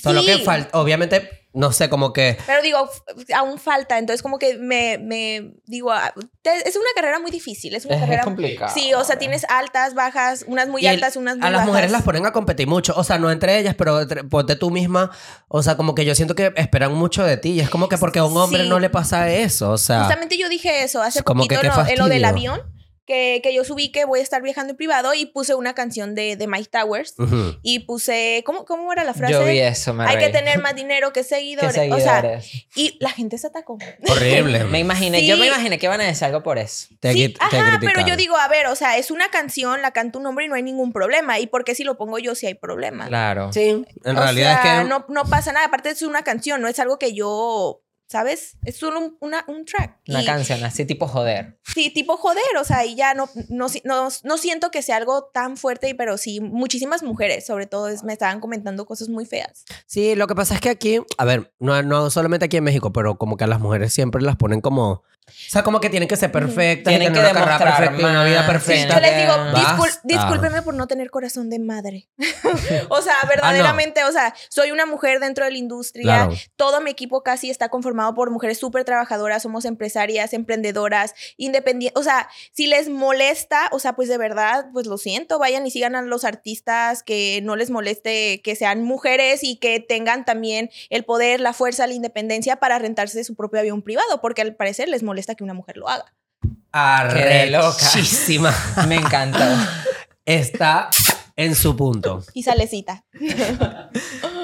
Speaker 4: Solo que
Speaker 5: Sí.
Speaker 4: falta, obviamente, no sé, como que.
Speaker 5: pero digo, f- aún falta, entonces como que me, me digo, ah, te- es una carrera muy difícil, es una
Speaker 3: Es- es
Speaker 5: carrera...
Speaker 3: complicado.
Speaker 5: Sí, o sea, tienes altas, bajas, unas muy
Speaker 4: eh. y el-
Speaker 5: altas, unas muy
Speaker 4: a las
Speaker 5: bajas.
Speaker 4: mujeres las ponen a competir mucho. O sea, no entre ellas, pero entre- ponte tú misma. O sea, como que yo siento que esperan mucho de ti. Y es como que porque a un hombre
Speaker 5: Sí.
Speaker 4: no le pasa eso. O sea.
Speaker 5: Justamente yo dije eso hace
Speaker 4: Como
Speaker 5: poquito
Speaker 4: que
Speaker 5: en
Speaker 4: qué
Speaker 5: lo, en lo del
Speaker 4: fastidio.
Speaker 5: avión, que, que yo subí que voy a estar viajando en privado y puse una canción de, de Mike Towers
Speaker 4: Ujú.
Speaker 5: y puse, ¿cómo, cómo era la frase?
Speaker 3: Yo vi eso, me
Speaker 5: Hay
Speaker 3: reí.
Speaker 5: que tener más dinero que
Speaker 3: ¿Qué
Speaker 5: seguidores.
Speaker 3: seguidores?
Speaker 5: O sea, y la gente se atacó.
Speaker 4: Horrible.
Speaker 3: me imaginé, yo
Speaker 5: Sí.
Speaker 3: me imaginé que van a decir algo por eso.
Speaker 4: Te
Speaker 5: Sí,
Speaker 4: cri- te
Speaker 5: ajá, pero yo
Speaker 4: criticaron.
Speaker 5: digo, a ver, o sea, es una canción, la canta un hombre y no hay ningún problema. ¿Y por qué si lo pongo yo si hay problema?
Speaker 3: Claro.
Speaker 4: Sí, en
Speaker 5: O
Speaker 4: realidad
Speaker 5: sea,
Speaker 4: es que.
Speaker 5: no, no pasa nada. Aparte es una canción, no es algo que yo, ¿sabes? Es solo un, una- un track.
Speaker 3: Una
Speaker 5: Y-
Speaker 3: canción así tipo joder.
Speaker 5: Sí, tipo joder, o sea, y ya no, no, si- no, no siento que sea algo tan fuerte, pero sí, muchísimas mujeres, sobre todo, es- me estaban comentando cosas muy feas.
Speaker 4: Sí, lo que pasa es que aquí, a ver, no, no solamente aquí en México, pero como que a las mujeres siempre las ponen como O sea, como que tienen que ser perfectas,
Speaker 3: Tienen
Speaker 4: tienen
Speaker 3: que
Speaker 4: que una carrera
Speaker 3: demostrar
Speaker 4: perfecta, y una
Speaker 3: más,
Speaker 4: vida
Speaker 3: tienen
Speaker 4: perfecta.
Speaker 5: Yo les digo,
Speaker 4: Basta.
Speaker 5: "Discul- discúlpeme por no tener corazón de madre. o
Speaker 4: Ah,
Speaker 5: sea, verdaderamente, o sea, soy una mujer dentro de la industria.
Speaker 4: Claro.
Speaker 5: Todo mi equipo casi está conformado por mujeres súper trabajadoras, somos empresarias, emprendedoras, independientes. O sea, si les molesta, o sea, pues de verdad, pues lo siento, vayan y sigan a los artistas que no les moleste que sean mujeres y que tengan también el poder, la fuerza, la independencia para rentarse su propio avión privado, porque al parecer les molesta que una mujer lo haga.
Speaker 3: Qué loca.
Speaker 4: Arrechísima.
Speaker 3: Me encantó.
Speaker 4: Está en su punto.
Speaker 5: Y salecita.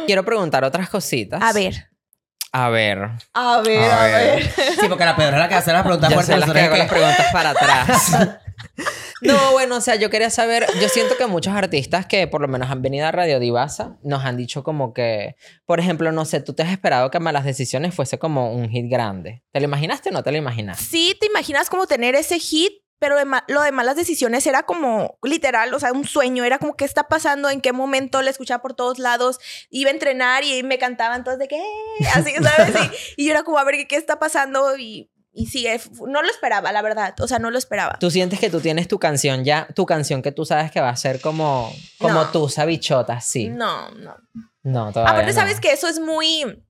Speaker 3: Quiero preguntar otras cositas.
Speaker 5: A ver.
Speaker 3: A ver.
Speaker 5: A ver,
Speaker 3: A
Speaker 5: a
Speaker 3: ver.
Speaker 5: ver.
Speaker 4: Sí, porque la Pedro es la que hace las preguntas
Speaker 3: Yo
Speaker 4: fuertes.
Speaker 3: soy las que hago
Speaker 4: nosotros
Speaker 3: las
Speaker 4: es que-
Speaker 3: preguntas para atrás. No, bueno, o sea, yo quería saber, yo siento que muchos artistas que por lo menos han venido a Radio Divasa nos han dicho como que, por ejemplo, no sé, tú te has esperado que Malas Decisiones fuese como un hit grande. ¿Te lo imaginaste o no te lo imaginaste?
Speaker 5: sí te imaginas como tener ese hit, pero de ma- lo de malas decisiones era como literal, o sea, un sueño, era como qué está pasando, en qué momento la escuchaba por todos lados, iba a entrenar y me cantaban todos de qué, así, ¿sabes? Y, y yo era como a ver qué está pasando y, y sí, eh, fu- no lo esperaba, la verdad, o sea, no lo esperaba.
Speaker 3: ¿Tú sientes que tú tienes tu canción ya, tu canción que tú sabes que va a ser como, como
Speaker 5: No.
Speaker 3: tú, esa bichota, sí? No,
Speaker 5: No, no.
Speaker 3: todavía
Speaker 5: Aparte,
Speaker 3: no.
Speaker 5: sabes que eso es muy.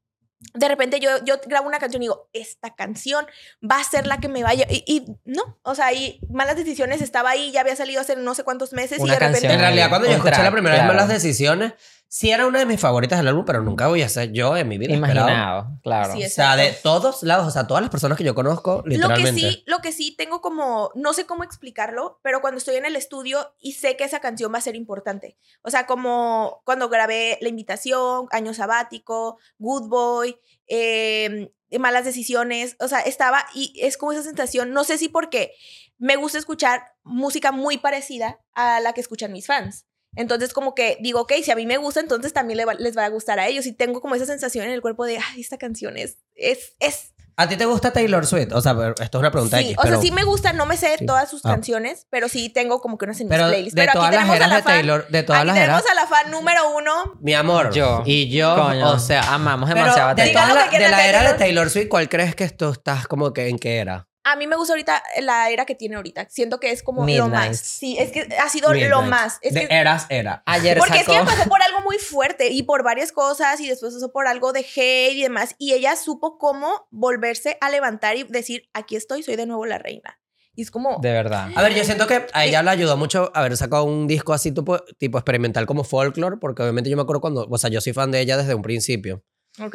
Speaker 5: De repente yo, yo grabo una canción y digo, esta canción va a ser la que me vaya. Y, y no, o sea, y malas decisiones estaba ahí, ya había salido hace no sé cuántos meses
Speaker 3: Una
Speaker 5: y de
Speaker 3: canción
Speaker 5: repente.
Speaker 4: En realidad, cuando yo
Speaker 3: Un
Speaker 4: escuché
Speaker 3: track,
Speaker 4: la primera
Speaker 3: claro.
Speaker 4: vez Malas Decisiones, sí era una de mis favoritas del álbum, pero nunca voy a ser yo en mi vida.
Speaker 3: Imaginado,
Speaker 4: esperado.
Speaker 3: claro.
Speaker 5: Sí,
Speaker 4: O sea, de
Speaker 5: Exacto.
Speaker 4: todos lados, o sea, todas las personas que yo conozco,
Speaker 5: Lo que
Speaker 4: literalmente.
Speaker 5: sí, lo que sí tengo como, no sé cómo explicarlo, pero cuando estoy en el estudio y sé que esa canción va a ser importante. O sea, como cuando grabé La Invitación, Año Sabático, Good Boy, eh, Malas Decisiones, o sea, estaba y es como esa sensación, no sé si porque me gusta escuchar música muy parecida a la que escuchan mis fans. Entonces como que digo, ok, si a mí me gusta, entonces también le va- les va a gustar a ellos. Y tengo como esa sensación en el cuerpo de, ay, esta canción es, es, es,
Speaker 4: ¿A ti te gusta Taylor Swift? O sea, pero esto es una pregunta
Speaker 5: Sí,
Speaker 4: X,
Speaker 5: o
Speaker 4: pero,
Speaker 5: sea, sí me gusta, no me sé
Speaker 4: Sí.
Speaker 5: todas sus
Speaker 4: Ah.
Speaker 5: canciones, pero sí tengo como que unas en mis
Speaker 4: pero de
Speaker 5: playlists. Pero
Speaker 4: todas
Speaker 5: aquí
Speaker 4: las
Speaker 5: tenemos a
Speaker 4: eras
Speaker 5: la
Speaker 4: de
Speaker 5: fan.
Speaker 4: Taylor, de todas
Speaker 5: aquí
Speaker 4: las eras,
Speaker 5: tenemos a la fan número uno.
Speaker 4: mi amor,
Speaker 3: Yo.
Speaker 4: y yo,
Speaker 3: Coño,
Speaker 4: o sea,
Speaker 3: amamos
Speaker 4: pero
Speaker 3: demasiado a
Speaker 4: de,
Speaker 3: Taylor.
Speaker 5: Digamos
Speaker 4: todas las-
Speaker 5: que
Speaker 4: de la
Speaker 5: quieren a
Speaker 4: era de
Speaker 5: Taylor.
Speaker 4: Taylor Swift, ¿cuál crees que tú estás como que en qué era?
Speaker 5: A mí me gusta ahorita la era que tiene ahorita. Siento que es como lo
Speaker 3: Midnight.
Speaker 5: más. Sí, es que ha sido lo
Speaker 4: Midnight.
Speaker 5: más. Es
Speaker 4: de
Speaker 5: que-
Speaker 4: eras era.
Speaker 3: Ayer
Speaker 5: porque es
Speaker 3: sacó...
Speaker 5: que ella pasó por algo muy fuerte y por varias cosas y después pasó por algo de hate y demás. Y ella supo cómo volverse a levantar y decir, aquí estoy, soy de nuevo la reina. Y es como...
Speaker 3: De verdad.
Speaker 4: A ver, yo siento que a ella le ayudó mucho haber sacado un disco así tipo, tipo experimental como folklore, porque obviamente yo me acuerdo cuando, o sea, yo soy fan de ella desde un principio.
Speaker 5: ok.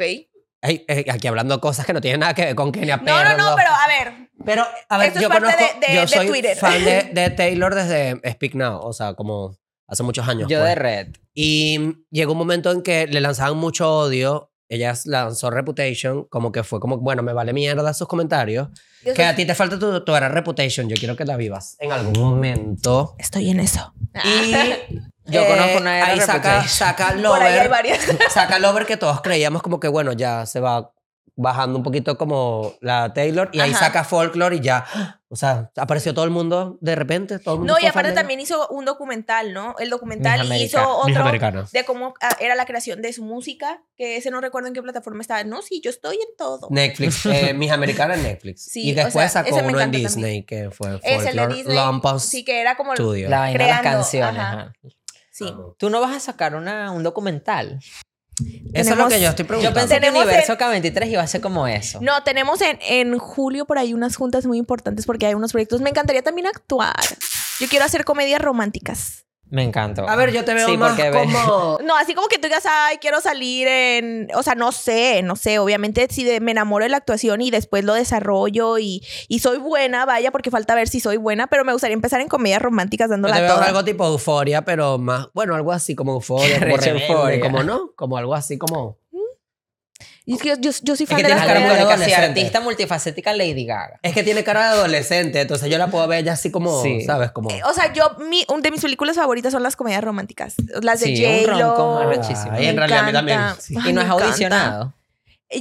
Speaker 4: Ay, eh, aquí hablando cosas que no tienen nada que ver con Kenia
Speaker 5: No, no, no, pero a ver.
Speaker 4: Pero, a ver,
Speaker 5: Esto es
Speaker 4: yo
Speaker 5: parte
Speaker 4: conozco.
Speaker 5: de- de-
Speaker 4: yo
Speaker 5: de
Speaker 4: soy
Speaker 5: Twitter.
Speaker 4: fan de, de Taylor desde Speak Now, o sea, como hace muchos años.
Speaker 3: Yo
Speaker 4: pues.
Speaker 3: de red.
Speaker 4: Y llegó un momento en que le lanzaban mucho odio. Ella lanzó Reputation, como que fue como, bueno, me vale mierda sus comentarios.
Speaker 5: yo
Speaker 4: Que
Speaker 5: soy-
Speaker 4: a ti te falta tu, tu era Reputation, yo quiero que la vivas en algún momento.
Speaker 5: Estoy en eso.
Speaker 4: Y
Speaker 3: Yo conozco una era
Speaker 4: Ah. Eh, ahí saca,
Speaker 3: Reputation.
Speaker 4: saca
Speaker 5: Por ahí hay
Speaker 4: Lover,
Speaker 5: varias.
Speaker 4: saca Lover que todos creíamos como que, bueno, ya se va bajando un poquito como la Taylor. Y ahí
Speaker 5: Ajá.
Speaker 4: saca Folklore y ya, ¡ah! o sea, apareció todo el mundo de repente. Todo el mundo
Speaker 5: No, y
Speaker 4: fue fan
Speaker 5: aparte
Speaker 4: de ella.
Speaker 5: también hizo un documental, ¿no? El documental
Speaker 3: Mis
Speaker 5: hizo
Speaker 3: Americanas.
Speaker 4: Mis
Speaker 5: otro
Speaker 4: americanos.
Speaker 5: de cómo ah, era la creación de su música, que ese no recuerdo en qué plataforma estaba. No, sí, yo estoy en todo.
Speaker 4: Netflix, eh, mis americanas en Netflix.
Speaker 5: Sí,
Speaker 4: y
Speaker 5: o
Speaker 4: después
Speaker 5: sea,
Speaker 4: sacó
Speaker 5: ese me
Speaker 4: uno en
Speaker 5: encanta
Speaker 4: Disney que fue
Speaker 5: es el de
Speaker 4: Folklore
Speaker 5: Disney.
Speaker 4: Lumpus
Speaker 5: Sí, que era como...
Speaker 4: Studio.
Speaker 3: La vaina de las
Speaker 5: creando,
Speaker 3: canciones.
Speaker 5: ajá.
Speaker 3: ajá.
Speaker 4: Ah,
Speaker 5: Sí.
Speaker 3: Tú no vas a sacar una, un documental.
Speaker 4: Eso es lo
Speaker 5: Tenemos-
Speaker 4: que yo estoy
Speaker 3: Yo
Speaker 4: preguntando.
Speaker 3: pensé que
Speaker 5: Tenemos
Speaker 3: Universo
Speaker 5: el-
Speaker 3: K23 iba a ser como eso.
Speaker 5: No, tenemos en, en julio por ahí unas juntas muy importantes porque hay unos proyectos. Me encantaría también actuar. Yo quiero hacer comedias románticas.
Speaker 3: Me encantó.
Speaker 4: A ver, yo te veo
Speaker 3: Sí,
Speaker 4: más
Speaker 3: porque ve-
Speaker 4: como...
Speaker 5: No, así como que tú digas, ay, quiero salir en. O sea, no sé, no sé. Obviamente, si de- me enamoro de la actuación y después lo desarrollo y, y soy buena, vaya, porque falta ver si soy buena, pero me gustaría empezar en comedias románticas
Speaker 4: Yo
Speaker 5: dándola
Speaker 4: te veo
Speaker 5: toda.
Speaker 4: algo tipo euforia, pero más... Bueno, algo así como euforia, como
Speaker 3: Recha
Speaker 4: rebelde,
Speaker 3: euforia.
Speaker 4: como no, como algo así como...
Speaker 5: Y es que yo, yo- yo soy
Speaker 4: que
Speaker 5: fan de
Speaker 4: tienes
Speaker 5: las
Speaker 3: Algo
Speaker 4: cara de
Speaker 5: comedias.
Speaker 3: como que
Speaker 4: adolescente.
Speaker 3: si artista multifacética Lady Gaga.
Speaker 4: Es que tiene cara de adolescente, entonces yo la puedo ver ya así como,
Speaker 3: Sí. oh,
Speaker 4: ¿sabes? Como...
Speaker 5: Eh, O sea, yo, mi, un de mis películas favoritas son las comedias románticas. Las de
Speaker 3: Sí, un rom-com
Speaker 5: J-Lo.
Speaker 3: arrechísimo.
Speaker 4: Ay,
Speaker 5: Me
Speaker 4: en realidad a mí
Speaker 5: encanta.
Speaker 4: también. sí.
Speaker 5: Ay,
Speaker 3: y no
Speaker 5: me
Speaker 3: es
Speaker 5: encanta.
Speaker 3: audicionado.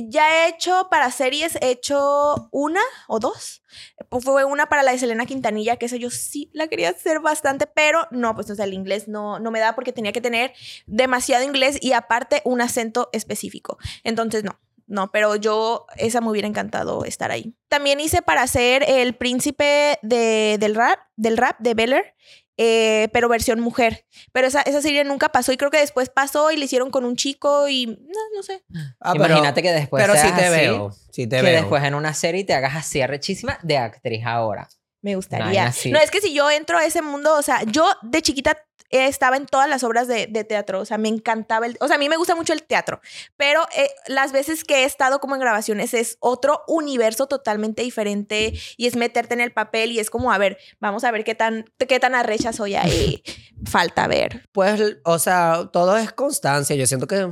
Speaker 5: Ya he hecho para series, he hecho una o dos. Pues fue una para la de Selena Quintanilla, que esa yo sí la quería hacer bastante, pero no, pues o sea, el inglés no, no me da porque tenía que tener demasiado inglés y aparte un acento específico. Entonces, no. no, pero yo, esa me hubiera encantado estar ahí. También hice para ser el príncipe de, del, rap, del rap de Beller, eh, pero versión mujer. Pero esa, esa serie nunca pasó y creo que después pasó y le hicieron con un chico y no, no sé.
Speaker 4: Ah, pero-
Speaker 3: Imagínate que después
Speaker 4: Pero sí
Speaker 3: seas
Speaker 4: te
Speaker 3: así,
Speaker 4: veo. Sí te
Speaker 3: que
Speaker 4: veo.
Speaker 3: después en una serie te hagas así arrechísima de actriz ahora.
Speaker 5: Me gustaría.
Speaker 3: Vaina así.
Speaker 5: No, es que si yo entro a ese mundo, o sea, yo de chiquita eh, estaba en todas las obras de, de teatro, o sea, me encantaba el, o sea, a mí me gusta mucho el teatro, pero eh, las veces que he estado como en grabaciones es otro universo totalmente diferente y es meterte en el papel y es como, a ver, vamos a ver qué tan, qué tan arrecha soy ahí, falta ver.
Speaker 4: Pues, o sea, todo es constancia. Yo siento que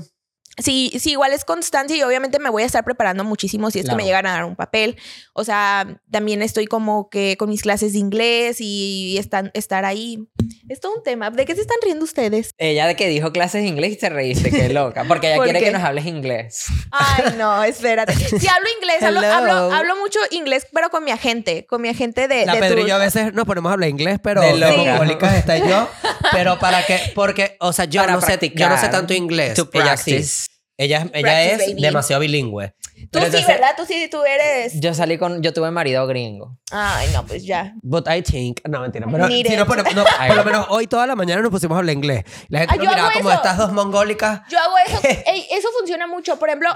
Speaker 5: Sí, sí, igual es constancia y obviamente me voy a estar preparando muchísimo si es
Speaker 3: Claro.
Speaker 5: que me llegan a dar un papel. O sea, también estoy como que con mis clases de inglés y están, estar ahí. Es todo un tema. ¿De qué se están riendo ustedes?
Speaker 3: Ella de que dijo clases de inglés y se reíste, qué loca. Porque ella
Speaker 5: ¿Por
Speaker 3: quiere
Speaker 5: qué?
Speaker 3: que nos hables inglés.
Speaker 5: Ay, no, espérate. Sí, hablo inglés, hablo,
Speaker 4: Hello.
Speaker 5: hablo, hablo mucho inglés, pero con mi agente, con mi agente
Speaker 3: Eh,
Speaker 5: de...
Speaker 4: la
Speaker 5: de
Speaker 4: Pedro y
Speaker 5: tour.
Speaker 4: yo a veces nos ponemos a hablar inglés, pero
Speaker 3: De
Speaker 4: de
Speaker 3: loca.
Speaker 4: mongólicas está yo. Pero para qué, porque, o sea, yo
Speaker 3: Para
Speaker 4: no sé, yo no sé
Speaker 3: practicar.
Speaker 4: tanto inglés.
Speaker 3: To
Speaker 4: Ella sí.
Speaker 3: practice.
Speaker 4: Ella, ella
Speaker 5: Practice,
Speaker 4: es
Speaker 5: baby.
Speaker 4: demasiado bilingüe.
Speaker 5: Tú
Speaker 4: Pero
Speaker 5: sí,
Speaker 4: entonces-
Speaker 5: ¿verdad? Tú sí, tú eres...
Speaker 3: Yo salí con, yo tuve marido gringo.
Speaker 5: Ay, no, pues ya.
Speaker 4: But I think. No, mentira. Pero
Speaker 5: Need
Speaker 4: si
Speaker 5: it.
Speaker 4: no ponemos- no, por lo menos hoy toda la mañana nos pusimos a hablar inglés. La gente
Speaker 5: Ah,
Speaker 4: nos
Speaker 5: yo
Speaker 4: miraba
Speaker 5: hago
Speaker 4: como
Speaker 5: eso.
Speaker 4: estas dos mongólicas.
Speaker 5: Yo hago eso. Ey, eso funciona mucho. Por ejemplo,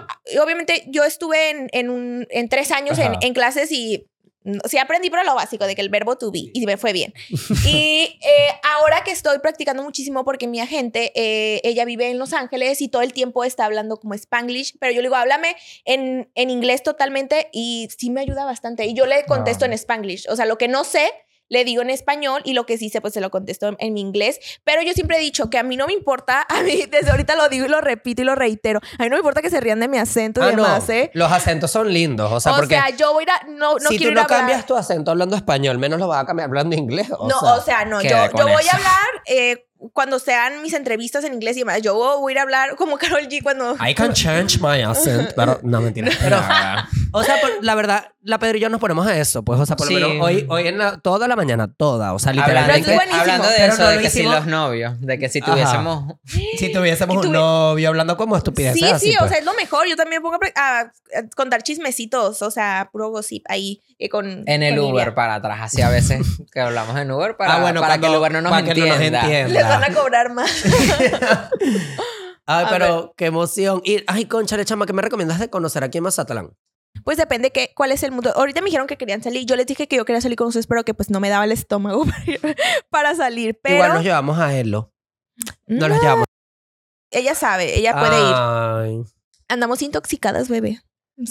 Speaker 5: obviamente yo estuve en, en, un, en tres años en,
Speaker 4: Ajá.
Speaker 5: en clases y mm, sí aprendí, pero lo básico, de que el verbo to be, y me fue bien. y eh, ahora que estoy practicando muchísimo porque mi agente, eh, ella vive en Los Ángeles y todo el tiempo está hablando como spanglish, pero yo le digo, háblame en, en inglés totalmente y sí me ayuda bastante. Y yo le contesto en spanglish. O sea, lo que no sé, le digo en español y lo que sí sé, pues se lo contesto en, en mi inglés. Pero yo siempre he dicho que a mí no me importa, a mí desde ahorita lo digo y lo repito y lo reitero. A mí no me importa que se rían de mi acento y
Speaker 4: Ah, no.
Speaker 5: demás, ¿eh?
Speaker 4: Los acentos son lindos. O
Speaker 5: O
Speaker 4: sea,
Speaker 5: sea,
Speaker 4: porque
Speaker 5: yo voy a ir a... No, no
Speaker 4: si
Speaker 5: quiero
Speaker 4: tú
Speaker 5: ir
Speaker 4: no
Speaker 5: a hablar.
Speaker 4: cambias tu acento hablando español, menos lo vas a cambiar hablando inglés. O
Speaker 5: no,
Speaker 4: sea,
Speaker 5: o sea, no, yo,
Speaker 4: queda
Speaker 5: yo
Speaker 4: con
Speaker 5: voy
Speaker 4: eso.
Speaker 5: a hablar eh, cuando sean mis entrevistas en inglés y demás. Yo voy a ir a hablar como Carol G cuando...
Speaker 4: I can change my accent, pero no mentira. Pero, o sea, por- la verdad, la Pedro y yo nos ponemos a eso, pues, o sea, por
Speaker 3: Sí.
Speaker 4: lo menos hoy, hoy en la, toda la mañana, toda, o sea,
Speaker 3: Hablando,
Speaker 4: literalmente.
Speaker 5: Pero es buenísimo.
Speaker 3: hablando de
Speaker 4: Pero
Speaker 3: eso,
Speaker 4: no
Speaker 3: de
Speaker 4: lo
Speaker 3: que si
Speaker 4: hicimos-
Speaker 3: los novios, de que si
Speaker 4: Ajá.
Speaker 3: tuviésemos
Speaker 4: Si tuviésemos
Speaker 5: Y
Speaker 4: un
Speaker 5: tuvi-
Speaker 4: novio hablando como
Speaker 5: Sí,
Speaker 4: estupideces
Speaker 5: sí,
Speaker 4: así,
Speaker 5: o
Speaker 4: pues.
Speaker 5: sea, es lo mejor. Yo también pongo a, pra- a- a contar chismecitos, o sea, puro gossip ahí eh, con...
Speaker 3: en el
Speaker 5: con Iria.
Speaker 3: Uber para atrás, así a veces que hablamos en Uber para,
Speaker 4: Ah, bueno,
Speaker 3: para que
Speaker 4: cuando-
Speaker 3: el Uber no nos
Speaker 4: para que no
Speaker 3: entienda.
Speaker 4: nos entienda.
Speaker 5: Les van a cobrar más.
Speaker 4: Ay,
Speaker 5: A
Speaker 4: pero qué emoción. Y, ay, concha, chama, ¿qué me recomiendas de conocer aquí en Mazatlán?
Speaker 5: Pues depende que, cuál es el mundo. Ahorita me dijeron que querían salir. Yo les dije que yo quería salir con ustedes, pero que pues no me daba el estómago para, para salir. Pero
Speaker 4: Igual nos llevamos a Elo. No
Speaker 5: no,
Speaker 4: los llevamos.
Speaker 5: ella sabe, ella puede ir.
Speaker 4: Ay,
Speaker 5: Andamos intoxicadas, bebé.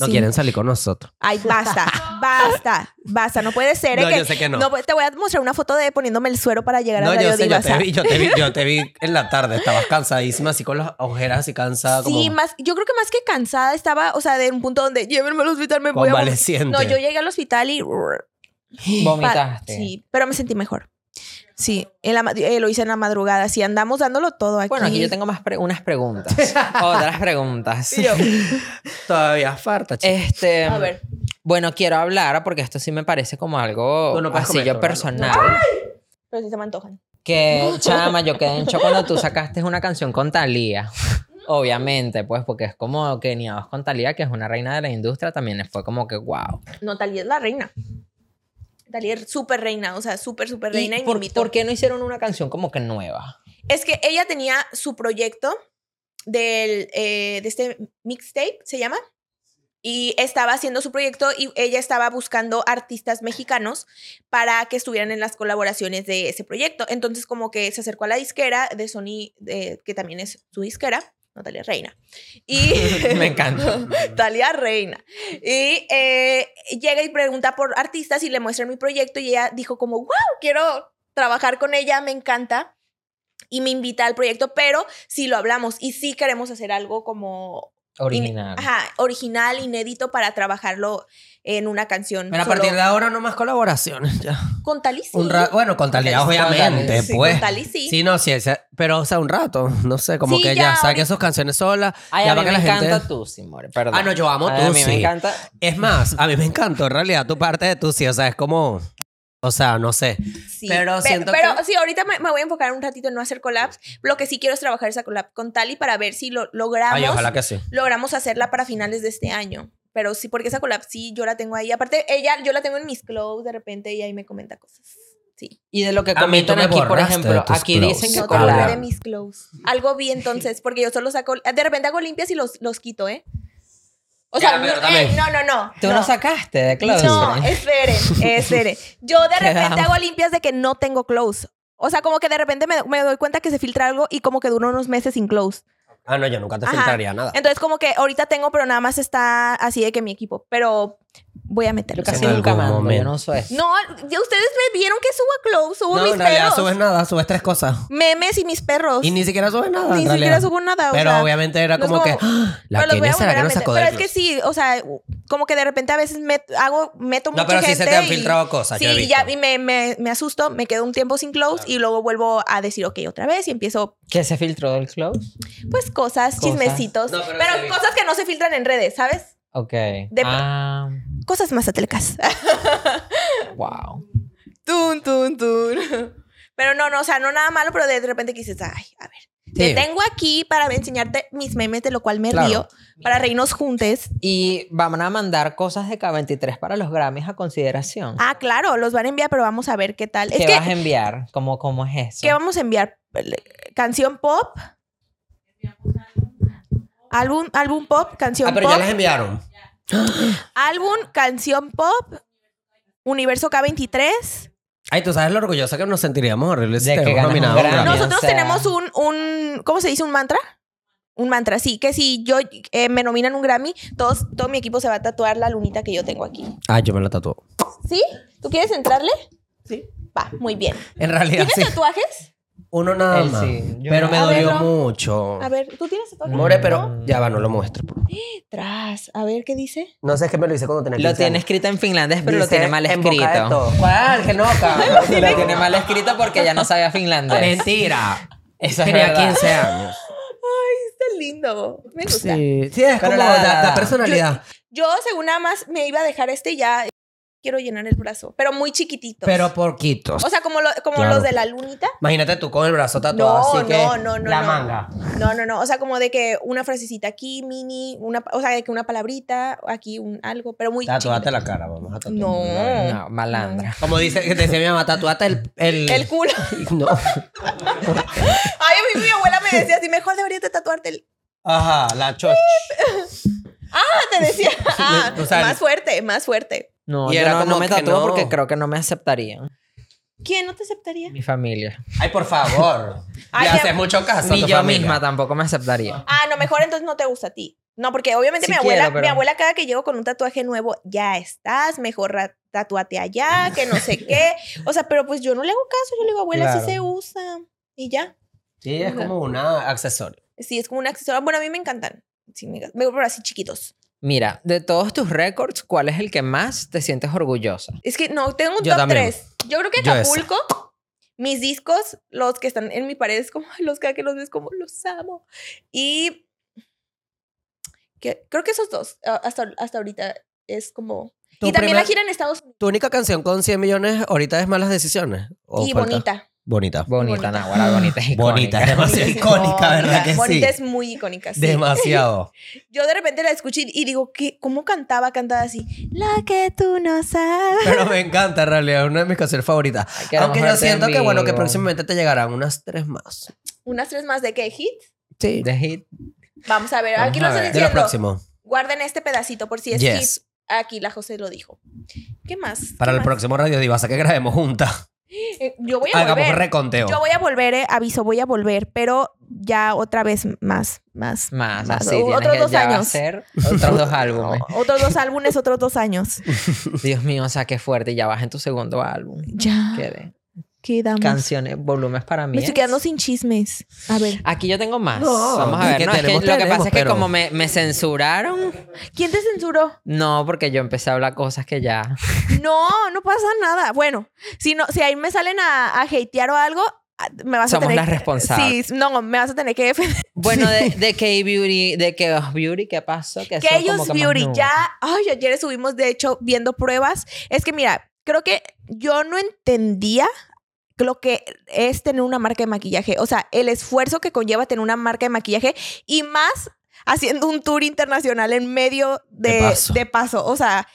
Speaker 4: No
Speaker 5: Sí.
Speaker 4: quieren salir con nosotros.
Speaker 5: Ay, basta, basta, basta. No puede ser. ¿eh?
Speaker 4: No,
Speaker 5: que-
Speaker 4: yo sé que no.
Speaker 5: pues, te voy a mostrar una foto de poniéndome el suero para llegar a Radio Diva, o sea.
Speaker 4: yo te vi, yo te vi en la tarde, estabas cansadísima, así con las ojeras, así cansada,
Speaker 5: Sí, más, yo creo que más que cansada estaba, o sea, de un punto donde llévenme al hospital, me voy a... vom-".
Speaker 4: convaleciente.
Speaker 5: No, yo llegué al hospital y...
Speaker 3: Vomitaste.
Speaker 5: Sí, pero me sentí mejor. Sí, en la ma- eh, lo hice en la madrugada. Sí, andamos dándolo todo aquí.
Speaker 3: Bueno, aquí yo tengo más pre- unas preguntas. Otras preguntas.
Speaker 4: Todavía falta,
Speaker 5: Eh,
Speaker 4: chica.
Speaker 3: Este,
Speaker 5: A ver.
Speaker 3: Bueno, quiero hablar porque esto sí me parece como algo
Speaker 4: Tú no puedes
Speaker 3: así yo
Speaker 4: comer,
Speaker 3: personal.
Speaker 5: Pero sí se me antojan.
Speaker 3: Que, chama, yo quedé en shock cuando tú sacaste una canción con Thalía. Obviamente, pues, porque es como que ni a dos con Thalía, que es una reina de la industria, también fue como que wow.
Speaker 5: No, Talía es la reina. Talía es súper reina, o sea, súper, súper reina. Y, me
Speaker 3: por,
Speaker 5: invitó.
Speaker 3: por qué no hicieron una canción como que nueva?
Speaker 5: Es que ella tenía su proyecto del, eh, de este mixtape, ¿se llama? Y estaba haciendo su proyecto y ella estaba buscando artistas mexicanos para que estuvieran en las colaboraciones de ese proyecto. Entonces como que se acercó a la disquera de Sony, eh, que también es su disquera, Natalia Reina. Y
Speaker 3: Me encanta.
Speaker 5: Talia Reina. Y eh, llega y pregunta por artistas y le muestran mi proyecto y ella dijo como, wow, quiero trabajar con ella, me encanta. Y me invita al proyecto, pero sí lo hablamos y sí queremos hacer algo como
Speaker 3: Original.
Speaker 5: ajá, original, inédito para trabajarlo en una canción.
Speaker 4: Pero a
Speaker 5: solo
Speaker 4: partir de ahora no más colaboraciones. Ya.
Speaker 5: Con Talía sí.
Speaker 4: Un ra- bueno, con Talía,
Speaker 3: Con Thalía,
Speaker 4: obviamente,
Speaker 3: sí,
Speaker 4: Eh, pues.
Speaker 5: con Thalía, sí.
Speaker 4: no, sí, esa- pero o sea, un rato, no sé, como
Speaker 5: Sí,
Speaker 4: que
Speaker 5: ya,
Speaker 4: ya, saque
Speaker 5: ahorita-
Speaker 4: sus canciones sola,
Speaker 3: Ay,
Speaker 4: ya
Speaker 3: a mí
Speaker 4: va que
Speaker 3: me
Speaker 4: la
Speaker 3: encanta
Speaker 4: gente...
Speaker 3: tú, Simone, perdón.
Speaker 4: Ah, no, yo amo
Speaker 3: Ay, A mí
Speaker 4: Tusi.
Speaker 3: me encanta.
Speaker 4: Es más, a mí me encantó en realidad tu parte de tu sí, o sea, es como... O sea, no sé.
Speaker 5: Sí,
Speaker 4: Pero
Speaker 5: pe-
Speaker 4: siento
Speaker 5: pero
Speaker 4: que-
Speaker 5: sí, ahorita me, me voy a enfocar un ratito en no hacer collabs. Lo que sí quiero es trabajar esa collab con Tali para ver si lo logramos.
Speaker 4: Ay, ojalá que sí.
Speaker 5: Logramos hacerla para finales de este año. Pero sí, porque esa collab sí yo la tengo ahí. Aparte, ella, yo la tengo en mis clothes de repente y ahí me comenta cosas. Sí.
Speaker 3: Y de lo que
Speaker 4: A mí tú
Speaker 3: comentan
Speaker 4: me
Speaker 3: aquí, por
Speaker 4: borraste de
Speaker 3: ejemplo,
Speaker 4: tus
Speaker 3: aquí
Speaker 4: blogs.
Speaker 3: dicen que
Speaker 5: No
Speaker 4: Ah,
Speaker 5: te
Speaker 4: colab.
Speaker 5: hablé
Speaker 3: colabora.
Speaker 5: de mis clothes. Algo vi entonces, porque yo solo saco. De repente hago limpias y los, los quito, ¿eh? O sea,
Speaker 4: Ya, pero
Speaker 5: eh,
Speaker 4: también.
Speaker 5: no, no, no.
Speaker 3: Tú lo
Speaker 5: no.
Speaker 3: sacaste de Close.
Speaker 5: No, esperen, esperen. Yo de repente
Speaker 3: Quedamos.
Speaker 5: hago limpias de que no tengo clothes. O sea, como que de repente me, me doy cuenta que se filtra algo y como que dura unos meses sin clothes.
Speaker 4: Ah, no, yo nunca te
Speaker 5: Ajá.
Speaker 4: filtraría nada.
Speaker 5: Entonces, como que ahorita tengo, pero nada más está así de que mi equipo. Pero voy a meterlo.
Speaker 3: Yo casi
Speaker 4: En
Speaker 3: nunca
Speaker 4: algún
Speaker 3: mando, yo
Speaker 4: momento.
Speaker 3: no uso eso.
Speaker 5: No, ya ustedes me vieron que subo clothes, subo
Speaker 4: no,
Speaker 5: mis
Speaker 4: en realidad
Speaker 5: perros.
Speaker 4: subes nada, subes tres cosas.
Speaker 5: Memes y mis perros.
Speaker 4: Y ni siquiera subes nada.
Speaker 5: Ni
Speaker 4: en realidad.
Speaker 5: siquiera subo nada. o
Speaker 4: Pero
Speaker 5: sea.
Speaker 4: obviamente era
Speaker 5: no es
Speaker 4: como, que.
Speaker 5: como-
Speaker 4: ¡Ah! La
Speaker 5: pero los voy
Speaker 4: Kenia
Speaker 5: a
Speaker 4: se la
Speaker 5: volver a
Speaker 4: que nos
Speaker 5: meter.
Speaker 4: sacó
Speaker 5: Pero
Speaker 4: de
Speaker 5: es que sí, o sea, como que de repente a veces me hago, meto
Speaker 4: No,
Speaker 5: mucha
Speaker 4: pero sí se te han
Speaker 5: gente y-
Speaker 4: filtrado cosas,
Speaker 5: Sí,
Speaker 4: yo he
Speaker 5: y ya
Speaker 4: visto.
Speaker 5: y me, me, me asusto, me quedo un tiempo sin close y luego vuelvo a decir, ok, otra vez y empiezo,
Speaker 3: ¿Qué se filtró del Close?
Speaker 5: pues, cosas,
Speaker 3: Cosas.
Speaker 5: chismecitos.
Speaker 4: No, pero
Speaker 5: pero
Speaker 4: sí he visto.
Speaker 5: cosas que no se filtran en redes, ¿sabes?
Speaker 3: Ok.
Speaker 5: De-
Speaker 3: ah,
Speaker 5: Cosas más atelcas.
Speaker 3: wow.
Speaker 5: tun, tun, tun. Pero no, no, o sea, no nada malo, pero de repente que dices, ay, a ver. Te
Speaker 4: Sí.
Speaker 5: tengo aquí para enseñarte mis memes, de lo cual me
Speaker 4: Claro.
Speaker 5: río, para reírnos juntes.
Speaker 3: Y van a mandar cosas de K23 para los Grammys a consideración.
Speaker 5: Ah, claro, los van a enviar, pero vamos a ver qué tal.
Speaker 3: ¿Qué
Speaker 5: es que
Speaker 3: vas a enviar? ¿Cómo, cómo es eso?
Speaker 5: ¿Qué vamos a enviar? eh, ¿Canción pop? Álbum, álbum pop, canción
Speaker 4: Ah, pero
Speaker 5: pop.
Speaker 4: ya les enviaron.
Speaker 5: Álbum, canción pop. Universo K23.
Speaker 4: Ay, tú sabes lo orgullosa que nos sentiríamos horribles si
Speaker 3: De
Speaker 4: te
Speaker 3: que
Speaker 4: hemos
Speaker 3: ganas un
Speaker 4: nominado a un
Speaker 3: Grammy.
Speaker 4: Grammy.
Speaker 3: No,
Speaker 5: Nosotros
Speaker 3: o sea-
Speaker 5: tenemos un, un- ¿Cómo se dice? ¿Un mantra? Un mantra, sí. Que si yo eh, me nominan un Grammy, todos, todo mi equipo se va a tatuar la lunita que yo tengo aquí.
Speaker 4: Ay, Ah, yo me lo tatúo.
Speaker 5: ¿Sí? ¿Tú quieres entrarle? Sí. Va, muy bien.
Speaker 4: En realidad
Speaker 5: ¿Tienes
Speaker 4: sí.
Speaker 5: tatuajes?
Speaker 4: Uno nada
Speaker 3: Él
Speaker 4: más.
Speaker 3: sí, yo
Speaker 4: pero
Speaker 3: no.
Speaker 4: me
Speaker 5: A
Speaker 4: dolió
Speaker 5: verlo.
Speaker 4: mucho.
Speaker 5: A ver, Mm. ¿tú tienes tatuajes?
Speaker 4: More, pero ya va, no lo muestro.
Speaker 5: Tras. A ver, ¿qué dice?
Speaker 4: No sé, es que me lo hice cuando tenía
Speaker 3: Lo
Speaker 4: 15
Speaker 3: tiene
Speaker 4: años.
Speaker 3: escrito en finlandés, pero lo
Speaker 4: Dice,
Speaker 3: tiene mal
Speaker 4: "En boca de
Speaker 3: escrito.
Speaker 4: todo". ¿Cuál? Que no,
Speaker 3: Lo
Speaker 4: cabrón.
Speaker 3: tiene mal escrito porque ya no sabía finlandés.
Speaker 4: Mentira.
Speaker 3: Eso es
Speaker 4: tenía
Speaker 3: verdad.
Speaker 4: 15 años.
Speaker 5: Está lindo. Me gusta.
Speaker 4: Sí, sí, es
Speaker 3: Pero
Speaker 4: como
Speaker 3: la-
Speaker 4: la,
Speaker 3: la-
Speaker 4: la personalidad.
Speaker 5: Yo, según nada más, me iba a dejar este ya. Quiero llenar el brazo, pero muy chiquititos.
Speaker 4: Pero porquitos.
Speaker 5: o sea, como, lo- como
Speaker 4: Claro.
Speaker 5: los de la lunita.
Speaker 4: Imagínate tú con el brazo tatuado
Speaker 5: No,
Speaker 4: así que
Speaker 5: no, no, no.
Speaker 4: la
Speaker 5: no.
Speaker 4: manga.
Speaker 5: No, no, no. O sea, como de que una frasecita aquí, mini, una, o sea, de que una palabrita, aquí un algo, pero muy
Speaker 4: Tatuate
Speaker 5: chiquito.
Speaker 4: la cara, vamos a tatuar.
Speaker 5: No.
Speaker 3: No, malandra.
Speaker 4: Como dice, que decía mi mamá, tatuate el... El,
Speaker 5: El culo.
Speaker 4: No.
Speaker 5: Ay, a mí mi abuela me decía así, mejor deberías de tatuarte el...
Speaker 4: Ajá, la choch.
Speaker 5: Ah, te decía. Ah,
Speaker 4: O sea, el-
Speaker 5: más fuerte, más fuerte.
Speaker 3: No,
Speaker 4: Y
Speaker 3: yo
Speaker 4: era
Speaker 3: no, no
Speaker 4: como
Speaker 3: me
Speaker 4: que
Speaker 3: tatúo
Speaker 4: no.
Speaker 3: porque creo que no me aceptarían.
Speaker 5: ¿Quién no te aceptaría?
Speaker 3: Mi familia.
Speaker 4: Ay, por favor.
Speaker 5: Ay,
Speaker 4: Le
Speaker 5: ya-
Speaker 4: haces mucho caso a
Speaker 3: Ni
Speaker 4: tu
Speaker 3: yo
Speaker 4: familia.
Speaker 3: misma tampoco me aceptaría.
Speaker 5: Ah, no, mejor entonces no te gusta a ti. No, porque obviamente
Speaker 3: Sí
Speaker 5: mi abuela,
Speaker 3: quiero, pero-
Speaker 5: mi abuela cada que llego con un tatuaje nuevo, ya estás, mejor ra- tatúate allá, que no sé qué. O sea, pero pues yo no le hago caso, yo le digo, abuela, sí
Speaker 4: Claro.
Speaker 5: se usa. Y ya.
Speaker 4: Sí, es como un accesorio.
Speaker 5: Sí, es como un accesorio. Bueno, a mí me encantan. Sí, me encantan. Me compro así chiquitos.
Speaker 3: Mira, de todos tus récords, ¿cuál es el que más te sientes orgullosa?
Speaker 5: Es que no, tengo un
Speaker 4: Yo
Speaker 5: top
Speaker 4: también.
Speaker 5: 3. Yo creo que
Speaker 4: Yo esa.
Speaker 5: Acapulco, mis discos, los que están en mi pared, es como ay, los cada que los ves, como los amo. Y que, creo que esos dos, a- hasta, hasta ahorita, es como.
Speaker 4: Tu
Speaker 5: Y también la
Speaker 4: primer-
Speaker 5: gira en Estados Unidos.
Speaker 4: ¿Tu única canción con 100 millones ahorita es Malas Decisiones? ¿O
Speaker 5: y
Speaker 4: Oh, falta?
Speaker 5: bonita.
Speaker 4: Bonita.
Speaker 3: Bonita,
Speaker 5: Bonita.
Speaker 3: Nahuara, bonita. es
Speaker 4: Bonita,
Speaker 3: icónica.
Speaker 4: demasiado icónica, ¿verdad que sí?
Speaker 5: Oh, Bonita es muy icónica. Sí.
Speaker 4: Demasiado.
Speaker 5: Yo de repente la escuché y y digo, ¿qué? ¿cómo cantaba? Cantaba así. La que tú no sabes.
Speaker 4: Pero me encanta, en realidad, es una de mis canciones favoritas.
Speaker 3: queremos
Speaker 4: Aunque yo
Speaker 3: verte en
Speaker 4: siento que, bueno, que
Speaker 3: vivo.
Speaker 4: próximamente te llegarán unas tres más.
Speaker 5: Unas tres más de qué hit.
Speaker 4: Sí.
Speaker 3: The Hit.
Speaker 5: Vamos a ver.
Speaker 3: Vamos
Speaker 5: aquí
Speaker 3: a
Speaker 5: lo estoy
Speaker 3: ver.
Speaker 4: De lo
Speaker 5: diciendo.
Speaker 4: próximo.
Speaker 5: Guarden este pedacito por si es hit.
Speaker 4: Yes.
Speaker 5: Aquí la José lo dijo. ¿Qué más?
Speaker 4: Para
Speaker 5: ¿Qué
Speaker 4: el
Speaker 5: más?
Speaker 4: próximo Radio Divasa que grabemos juntas.
Speaker 5: Eh, Yo voy a
Speaker 4: Hagamos
Speaker 5: volver.
Speaker 4: reconteo.
Speaker 5: Yo voy a volver, eh, aviso, voy a volver, pero ya otra vez más, más.
Speaker 3: Más,
Speaker 5: Más,
Speaker 3: así.
Speaker 5: o-
Speaker 3: tienes
Speaker 5: otros
Speaker 3: que
Speaker 5: dos
Speaker 3: ya
Speaker 5: años.
Speaker 3: hacer otros dos álbumes.
Speaker 5: Otros dos álbumes, otros dos años.
Speaker 3: Dios mío, o sea, qué fuerte. Ya vas en tu segundo álbum.
Speaker 5: Ya.
Speaker 3: Qué de-
Speaker 5: Quedamos.
Speaker 3: Canciones, volúmenes para mí.
Speaker 5: Me estoy quedando sin chismes. A ver.
Speaker 3: Aquí yo tengo más.
Speaker 4: No,
Speaker 3: Vamos a
Speaker 4: es
Speaker 3: ver.
Speaker 4: que
Speaker 3: no, es que
Speaker 4: tenemos,
Speaker 3: lo que
Speaker 4: tenemos,
Speaker 3: pasa es que
Speaker 4: pero-
Speaker 3: como me, me censuraron,
Speaker 5: ¿Quién te censuró?
Speaker 3: no, porque yo empecé a hablar cosas que ya.
Speaker 5: No, no pasa nada. Bueno, si, no, si ahí me salen a, a hatear o algo, a- me vas
Speaker 3: Somos
Speaker 5: a tener.
Speaker 3: las
Speaker 5: que-
Speaker 3: responsables.
Speaker 5: Sí, no, me vas a tener que defender.
Speaker 3: Bueno, de, de K-Beauty, de K-Beauty, ¿qué pasó? Que eso
Speaker 5: Que
Speaker 3: como
Speaker 5: ellos
Speaker 3: que más
Speaker 5: Beauty
Speaker 3: nunca.
Speaker 5: ya. Ay, ayer estuvimos, de hecho, viendo pruebas. Es que mira, creo que yo no entendía lo que es tener una marca de maquillaje. O sea, el esfuerzo que conlleva tener una marca de maquillaje y más haciendo un tour internacional en medio de,
Speaker 4: De paso.
Speaker 5: de paso. O sea,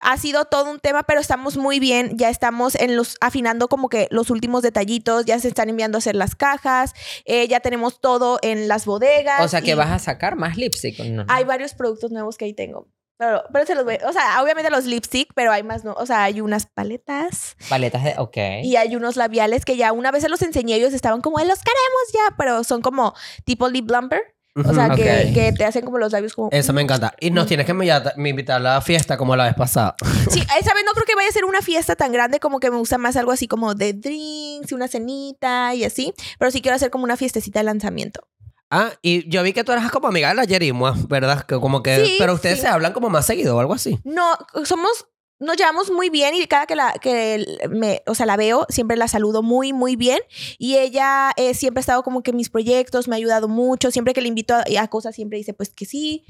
Speaker 5: ha sido todo un tema, pero estamos muy bien. Ya estamos en los afinando como que los últimos detallitos. Ya se están enviando a hacer las cajas. eh, ya tenemos todo en las bodegas.
Speaker 3: O sea, que
Speaker 5: y-
Speaker 3: vas a sacar más lipstick. No, no.
Speaker 5: hay varios productos nuevos que ahí tengo. Pero, pero se los voy. O sea, obviamente los lipstick, pero hay más, ¿no? O sea, hay unas paletas
Speaker 3: Paletas de. Ok.
Speaker 5: y hay unos labiales que ya una vez se los enseñé, ellos estaban como, "Ay, los queremos ya, pero son como tipo lip blumper. O sea,
Speaker 4: Ujú.
Speaker 5: que, Mm.
Speaker 3: Ok.
Speaker 5: que te hacen como los labios como.
Speaker 4: Eso me encanta. Y nos tienes que invita- me invitar a la fiesta como la vez pasada.
Speaker 5: Sí, esa vez no creo que vaya a ser una fiesta tan grande como que me gusta más algo así como de drinks, una cenita y así. Pero sí quiero hacer como una fiestecita de lanzamiento.
Speaker 4: Ah, y yo vi que tú eras como amiga de la Yerimua, ¿verdad? Que como que...
Speaker 5: Sí,
Speaker 4: pero ustedes
Speaker 5: sí.
Speaker 4: se hablan como más seguido o algo así.
Speaker 5: No, somos. Nos llevamos muy bien y cada que la que me, o sea, la veo, siempre la saludo muy, muy bien. Y ella eh, siempre ha estado como que en mis proyectos, me ha ayudado mucho. Siempre que le invito a, a cosas, siempre dice pues que sí.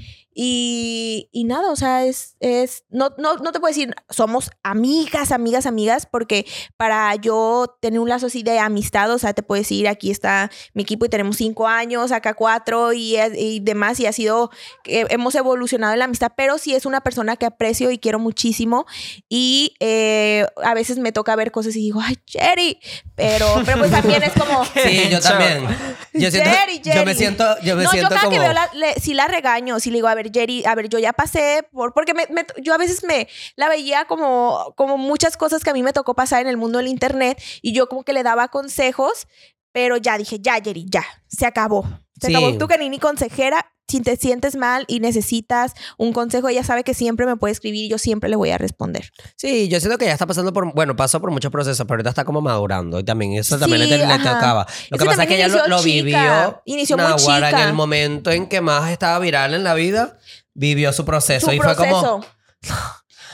Speaker 5: Y, y nada, o sea, es, es no, no, no te puedo decir, somos amigas, amigas, amigas, porque para yo tener un lazo así de amistad, o sea, te puedo decir, aquí está mi equipo y tenemos cinco años, acá cuatro y, y demás, y ha sido, eh, hemos evolucionado en la amistad, pero sí es una persona que aprecio y quiero muchísimo. Y eh, a veces me toca ver cosas y digo, ay, Jerry, pero, pero pues también es como...
Speaker 4: Sí, yo
Speaker 3: Chao.
Speaker 4: también. Yo, siento,
Speaker 5: Jerry,
Speaker 4: yo me
Speaker 5: Jerry.
Speaker 4: siento, yo me
Speaker 5: no,
Speaker 4: siento
Speaker 5: yo cada
Speaker 4: como...
Speaker 5: que veo la, le- sí la regaño, sí le digo, a ver, Jerry, a ver, yo ya pasé por, porque me- me- yo a veces me la veía como, como muchas cosas que a mí me tocó pasar en el mundo del internet y yo como que le daba consejos, pero ya dije, ya, Jerry, ya, se acabó. Se
Speaker 4: Sí.
Speaker 5: acabó. Tú que ni, ni consejera, si te sientes mal y necesitas un consejo, ella sabe que siempre me puede escribir y yo siempre le voy a responder.
Speaker 4: Sí, yo siento que ya está pasando por, bueno, pasó por muchos procesos, pero ahorita está como madurando y también eso también
Speaker 5: Sí,
Speaker 4: le, le
Speaker 5: ajá.
Speaker 4: tocaba. Lo
Speaker 5: Eso
Speaker 4: que pasa es
Speaker 5: también
Speaker 4: que ella lo,
Speaker 5: inició
Speaker 4: lo
Speaker 5: chica,
Speaker 4: vivió
Speaker 5: inició muy
Speaker 4: Naguará,
Speaker 5: chica.
Speaker 4: en el momento en que más estaba viral en la vida, vivió su proceso
Speaker 5: Su
Speaker 4: y fue
Speaker 5: proceso.
Speaker 4: como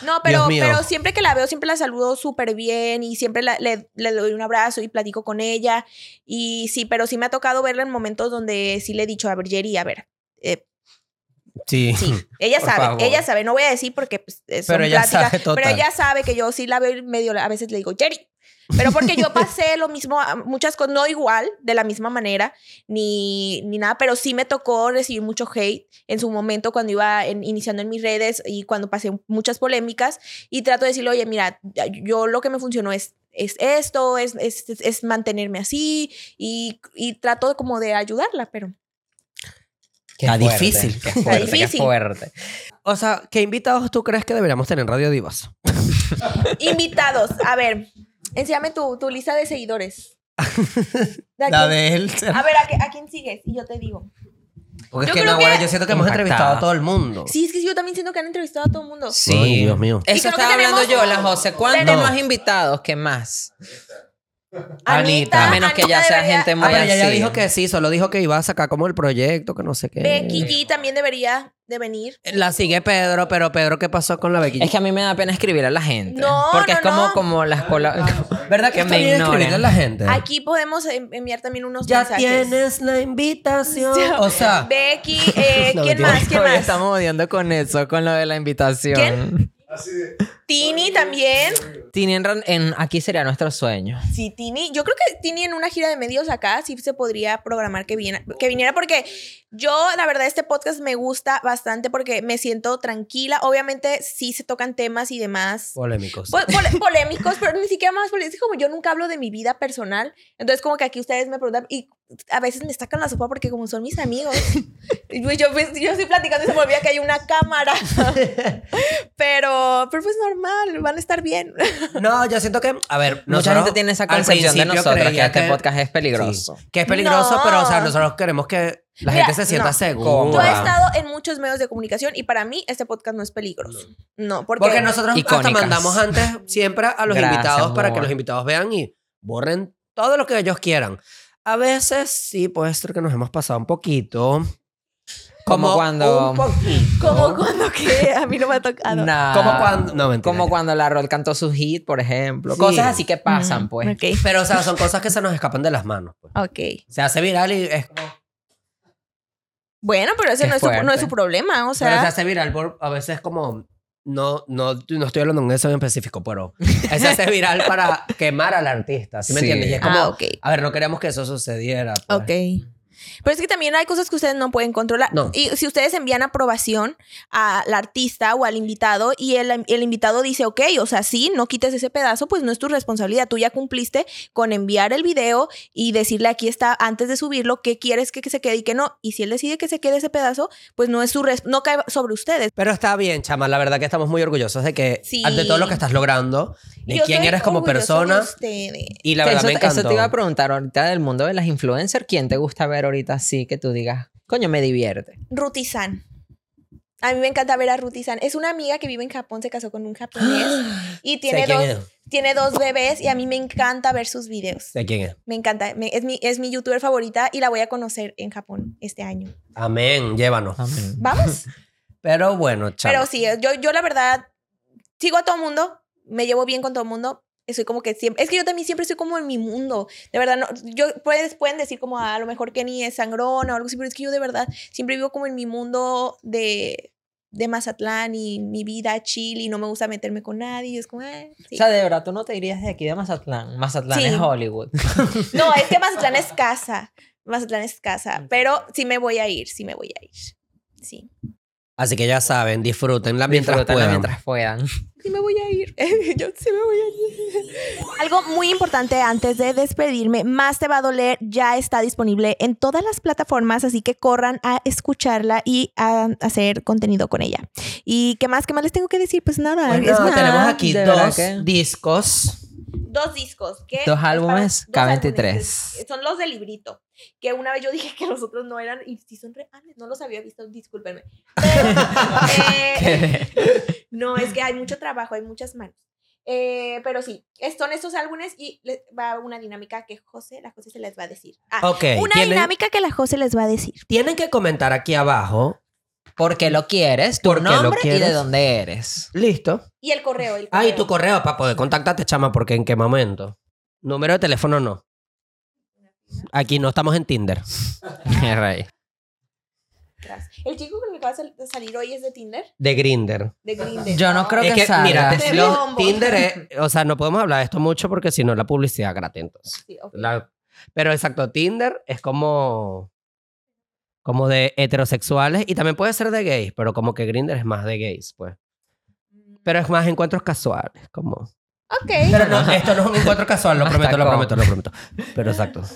Speaker 5: No, pero,
Speaker 4: Dios mío.
Speaker 5: pero siempre que la veo, siempre la saludo súper bien y siempre la- le, le doy un abrazo y platico con ella. Y sí, pero sí me ha tocado verla en momentos donde sí le he dicho, a ver, Jerry, a ver. eh,
Speaker 4: sí.
Speaker 5: sí, ella
Speaker 4: Por
Speaker 5: sabe,
Speaker 4: favor.
Speaker 5: ella sabe, no voy a decir porque pues, eh, son
Speaker 4: Pero ella
Speaker 5: pláticas,
Speaker 4: sabe total.
Speaker 5: pero ella sabe que yo sí la veo y medio, a veces le digo, Jerry, pero porque yo pasé lo mismo, a muchas cosas, no igual, de la misma manera, ni, ni nada, pero sí me tocó recibir mucho hate en su momento cuando iba en- iniciando en mis redes y cuando pasé muchas polémicas y trato de decirle, oye, mira, ya- yo lo que me funcionó es, es esto, es, es, es- es mantenerme así y, y trato como de ayudarla, pero
Speaker 3: Qué
Speaker 4: Está
Speaker 3: fuerte,
Speaker 4: difícil.
Speaker 3: Qué fuerte, qué
Speaker 5: difícil.
Speaker 3: fuerte.
Speaker 4: O sea, ¿qué invitados tú crees que deberíamos tener en Radio Divas?
Speaker 5: Invitados, a ver, enséñame tu, tu lista de seguidores. ¿De a quién-
Speaker 4: de él.
Speaker 5: A ver, ¿a, qué- a quién sigues? Y yo te digo.
Speaker 4: Porque
Speaker 5: Yo
Speaker 4: es que
Speaker 5: creo
Speaker 4: Naguará,
Speaker 5: que-
Speaker 4: yo siento que hemos
Speaker 3: Impactada.
Speaker 4: entrevistado a todo el mundo.
Speaker 5: Sí, es que yo también siento que han entrevistado a todo el mundo.
Speaker 3: Sí.
Speaker 4: Ay, Dios mío.
Speaker 5: Y creo
Speaker 3: Eso
Speaker 5: que
Speaker 3: estaba hablando
Speaker 5: tenemos-
Speaker 3: yo, la José. ¿Cuántos
Speaker 4: No.
Speaker 3: más invitados? ¿Qué más?
Speaker 5: Anita,
Speaker 3: a menos que ya
Speaker 5: Anita
Speaker 3: sea
Speaker 5: debería-
Speaker 3: gente muy
Speaker 4: Ah, pero ella ya
Speaker 3: así.
Speaker 4: dijo que sí, solo dijo que iba a sacar como el proyecto, que no sé qué.
Speaker 5: Becky G también debería de venir.
Speaker 4: La sigue Pedro, pero Pedro, ¿qué pasó con la Becky?
Speaker 3: Es que a mí me da pena escribir a la gente.
Speaker 5: No,
Speaker 3: Porque
Speaker 5: no,
Speaker 3: es como,
Speaker 5: no.
Speaker 3: como las cola-
Speaker 4: ¿Verdad que,
Speaker 3: que
Speaker 4: está
Speaker 3: me
Speaker 4: bien
Speaker 3: ignoren.
Speaker 4: escribirle a la gente?
Speaker 5: Aquí podemos en- enviar también unos
Speaker 4: ya
Speaker 5: mensajes.
Speaker 4: tienes la invitación. O sea,
Speaker 5: Becky, eh,
Speaker 4: No,
Speaker 5: ¿quién
Speaker 4: mentira.
Speaker 5: más? ¿Quién
Speaker 3: Todavía
Speaker 5: más?
Speaker 3: estamos odiando con eso, con lo de la invitación.
Speaker 5: ¿Quién? Tini también.
Speaker 3: Tini en ran- en aquí sería nuestro sueño.
Speaker 5: Sí, Tini. Yo creo que Tini en una gira de medios acá sí se podría programar que, viene, que viniera porque yo, la verdad, este podcast me gusta bastante porque me siento tranquila. Obviamente sí se tocan temas y demás.
Speaker 4: polémicos.
Speaker 5: Po- pole- polémicos, pero ni siquiera más polémicos. Es como yo nunca hablo de mi vida personal. Entonces, como que aquí ustedes me preguntan y a veces me sacan la sopa porque, como son mis amigos, y pues yo, pues, yo estoy platicando y se me olvida que hay una cámara. pero, pero pues normal, van a estar bien.
Speaker 4: No, yo siento que, a ver,
Speaker 3: Mucha
Speaker 4: nosotros
Speaker 3: gente tiene esa
Speaker 4: al
Speaker 3: concepción de
Speaker 4: principio
Speaker 3: nosotros que
Speaker 4: creía
Speaker 3: este podcast es peligroso.
Speaker 4: sí, que es peligroso,
Speaker 5: No.
Speaker 4: pero o sea, nosotros queremos que la
Speaker 5: Mira,
Speaker 4: gente se sienta
Speaker 5: no.
Speaker 4: segura.
Speaker 5: Yo he
Speaker 3: Ahora.
Speaker 5: estado en muchos medios de comunicación y para mí este podcast no es peligroso. No, porque,
Speaker 4: Porque nosotros hasta
Speaker 3: Icónicas.
Speaker 4: mandamos antes siempre a los
Speaker 3: Gracias,
Speaker 4: invitados para
Speaker 3: amor.
Speaker 4: que los invitados vean y borren todo lo que ellos quieran. A veces sí puede ser que nos hemos pasado un poquito.
Speaker 3: Como cuando-
Speaker 4: un poquito.
Speaker 5: como cuando que a mí no me ha tocado.
Speaker 3: Nah.
Speaker 4: Como cuando. No, mentira.
Speaker 3: Ah. Como cuando la Rol cantó su hit, por ejemplo.
Speaker 4: Sí.
Speaker 3: Cosas así que pasan, pues.
Speaker 5: Ok,
Speaker 4: Pero, o sea, son cosas que se nos escapan de las manos. pues.
Speaker 5: ok.
Speaker 4: Se hace viral y es como.
Speaker 5: Bueno, pero ese
Speaker 3: Qué
Speaker 5: no es, su, no es
Speaker 3: fuerte.
Speaker 5: su problema, o
Speaker 4: pero se
Speaker 5: sea.
Speaker 4: hace viral por, a veces como No, no, no estoy hablando de un eso en específico, pero se hace viral para quemar al artista, ¿sí me
Speaker 3: Sí.
Speaker 4: entiendes? Y es como,
Speaker 5: Ah, ok.
Speaker 4: a ver, no queremos que eso sucediera. pues.
Speaker 5: Ok. Pero es que también hay cosas que ustedes no pueden controlar.
Speaker 4: No.
Speaker 5: Y si ustedes envían aprobación al artista o al invitado y el, el invitado dice, ok, o sea, sí, no quites ese pedazo, pues no es tu responsabilidad. Tú ya cumpliste con enviar el video y decirle aquí está, antes de subirlo, qué quieres que, que se quede y qué no. Y si él decide que se quede ese pedazo, pues no es su res- no cae sobre ustedes.
Speaker 4: Pero está bien, chama. La verdad que estamos muy orgullosos de que,
Speaker 5: Sí.
Speaker 4: ante todo lo que estás logrando, de
Speaker 5: Yo
Speaker 4: quién
Speaker 5: estoy
Speaker 4: eres como
Speaker 5: orgullosa de
Speaker 4: persona.
Speaker 5: ustedes.
Speaker 4: Y la
Speaker 3: Que
Speaker 4: verdad
Speaker 3: eso,
Speaker 4: me
Speaker 3: te- eso
Speaker 4: encantó.
Speaker 3: te iba a preguntar ahorita del mundo de las influencers. ¿Quién te gusta ver ahorita así que tú digas, coño, me divierte?
Speaker 5: Ruti San. A mí me encanta ver a Ruti San. Es una amiga que vive en Japón, se casó con un japonés y tiene
Speaker 4: sé quién
Speaker 5: dos,
Speaker 4: es.
Speaker 5: tiene dos bebés y a mí me encanta ver sus videos.
Speaker 4: Sé quién es.
Speaker 5: Me encanta, Me- es, mi, es mi youtuber favorita y la voy a conocer en Japón este año.
Speaker 4: Amén, llévanos.
Speaker 3: Amén.
Speaker 5: Vamos.
Speaker 4: Pero bueno, chama.
Speaker 5: Pero sí, yo, yo la verdad sigo a todo mundo, me llevo bien con todo mundo. Soy como que siempre, es que yo también siempre soy como en mi mundo. De verdad, no, yo puedes, pueden decir como "Ah, a lo mejor Kenny es sangrón o algo así, pero es que yo de verdad siempre vivo como en mi mundo de, de Mazatlán y mi vida chill y no me gusta meterme con nadie. Es como, "Ah, sí".
Speaker 3: O sea, de verdad, tú no te irías de aquí de Mazatlán. Mazatlán
Speaker 5: Sí.
Speaker 3: es Hollywood.
Speaker 5: no, es que Mazatlán es casa. Mazatlán es casa, pero sí me voy a ir, sí me voy a ir. Sí.
Speaker 4: Así que ya saben, disfrútenla mientras
Speaker 3: Disfrútala
Speaker 4: puedan.
Speaker 3: mientras puedan.
Speaker 5: Sí me voy a ir. Yo sí me voy a ir. Algo muy importante antes de despedirme, Más te va a doler ya está disponible en todas las plataformas, así que corran a escucharla y a hacer contenido con ella. ¿Y qué más? ¿Qué más les tengo que decir? Pues nada,
Speaker 4: Bueno,
Speaker 5: es nada.
Speaker 4: tenemos aquí
Speaker 3: de verdad
Speaker 4: dos
Speaker 3: que-
Speaker 4: discos.
Speaker 5: dos discos. que es
Speaker 3: Dos
Speaker 5: para-
Speaker 3: álbumes,
Speaker 5: dos álbumes,
Speaker 3: K23.
Speaker 5: es- son los de librito, que una vez yo dije que los otros no eran y sí son reales, no los había visto, discúlpenme. Pero, eh, No, es que hay mucho trabajo, hay muchas manos. Eh, pero sí, es- son estos álbumes y le- va una dinámica que José, la José se les va a decir. Ah,
Speaker 4: Ok.
Speaker 5: una
Speaker 4: tienen,
Speaker 5: dinámica que la José les va a decir.
Speaker 4: tienen que comentar aquí abajo.
Speaker 3: ¿Por qué lo quieres? Tu
Speaker 4: ¿Por qué lo
Speaker 3: nombre y de
Speaker 4: quieres?
Speaker 3: dónde eres.
Speaker 4: Listo.
Speaker 5: Y el correo. El
Speaker 4: Ah, y
Speaker 5: correo.
Speaker 4: tu correo para poder contactarte, chama, porque en qué momento. Número de teléfono no. Aquí no estamos en Tinder.
Speaker 3: Qué rey.
Speaker 5: Gracias. El chico con el que vas a sal- salir hoy es de Tinder,
Speaker 4: De Grinder.
Speaker 5: de Grindr. Ah,
Speaker 3: Yo no creo
Speaker 4: Es
Speaker 3: que,
Speaker 4: que,
Speaker 3: salga.
Speaker 4: mira,
Speaker 5: De
Speaker 4: los
Speaker 5: Bombo.
Speaker 4: Tinder es- O sea, no podemos hablar de esto mucho porque si no, la publicidad es gratis. Entonces.
Speaker 5: Sí, ok.
Speaker 4: La- pero exacto, Tinder es como. Como de heterosexuales y también puede ser de gays, pero como que Grinder es más de gays, pues. Pero es más encuentros casuales, como.
Speaker 5: Ok,
Speaker 4: Pero no, esto no es un encuentro casual, lo
Speaker 3: Hasta
Speaker 4: prometo, lo
Speaker 3: como.
Speaker 4: prometo, lo prometo. Ah, Pero exacto.
Speaker 5: ok.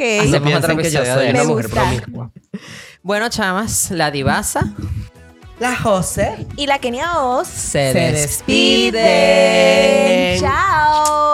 Speaker 3: Ay, Hacemos
Speaker 4: No
Speaker 3: otro
Speaker 4: piensen que yo
Speaker 3: episodio
Speaker 4: soy
Speaker 3: de
Speaker 4: una
Speaker 5: eso. Me
Speaker 4: mujer
Speaker 5: gusta.
Speaker 4: promiscua.
Speaker 3: Bueno, chamas, la divasa
Speaker 4: La José.
Speaker 5: Y la Kenia Oz
Speaker 3: se,
Speaker 4: Se
Speaker 3: despide.
Speaker 4: despide.
Speaker 5: Chao.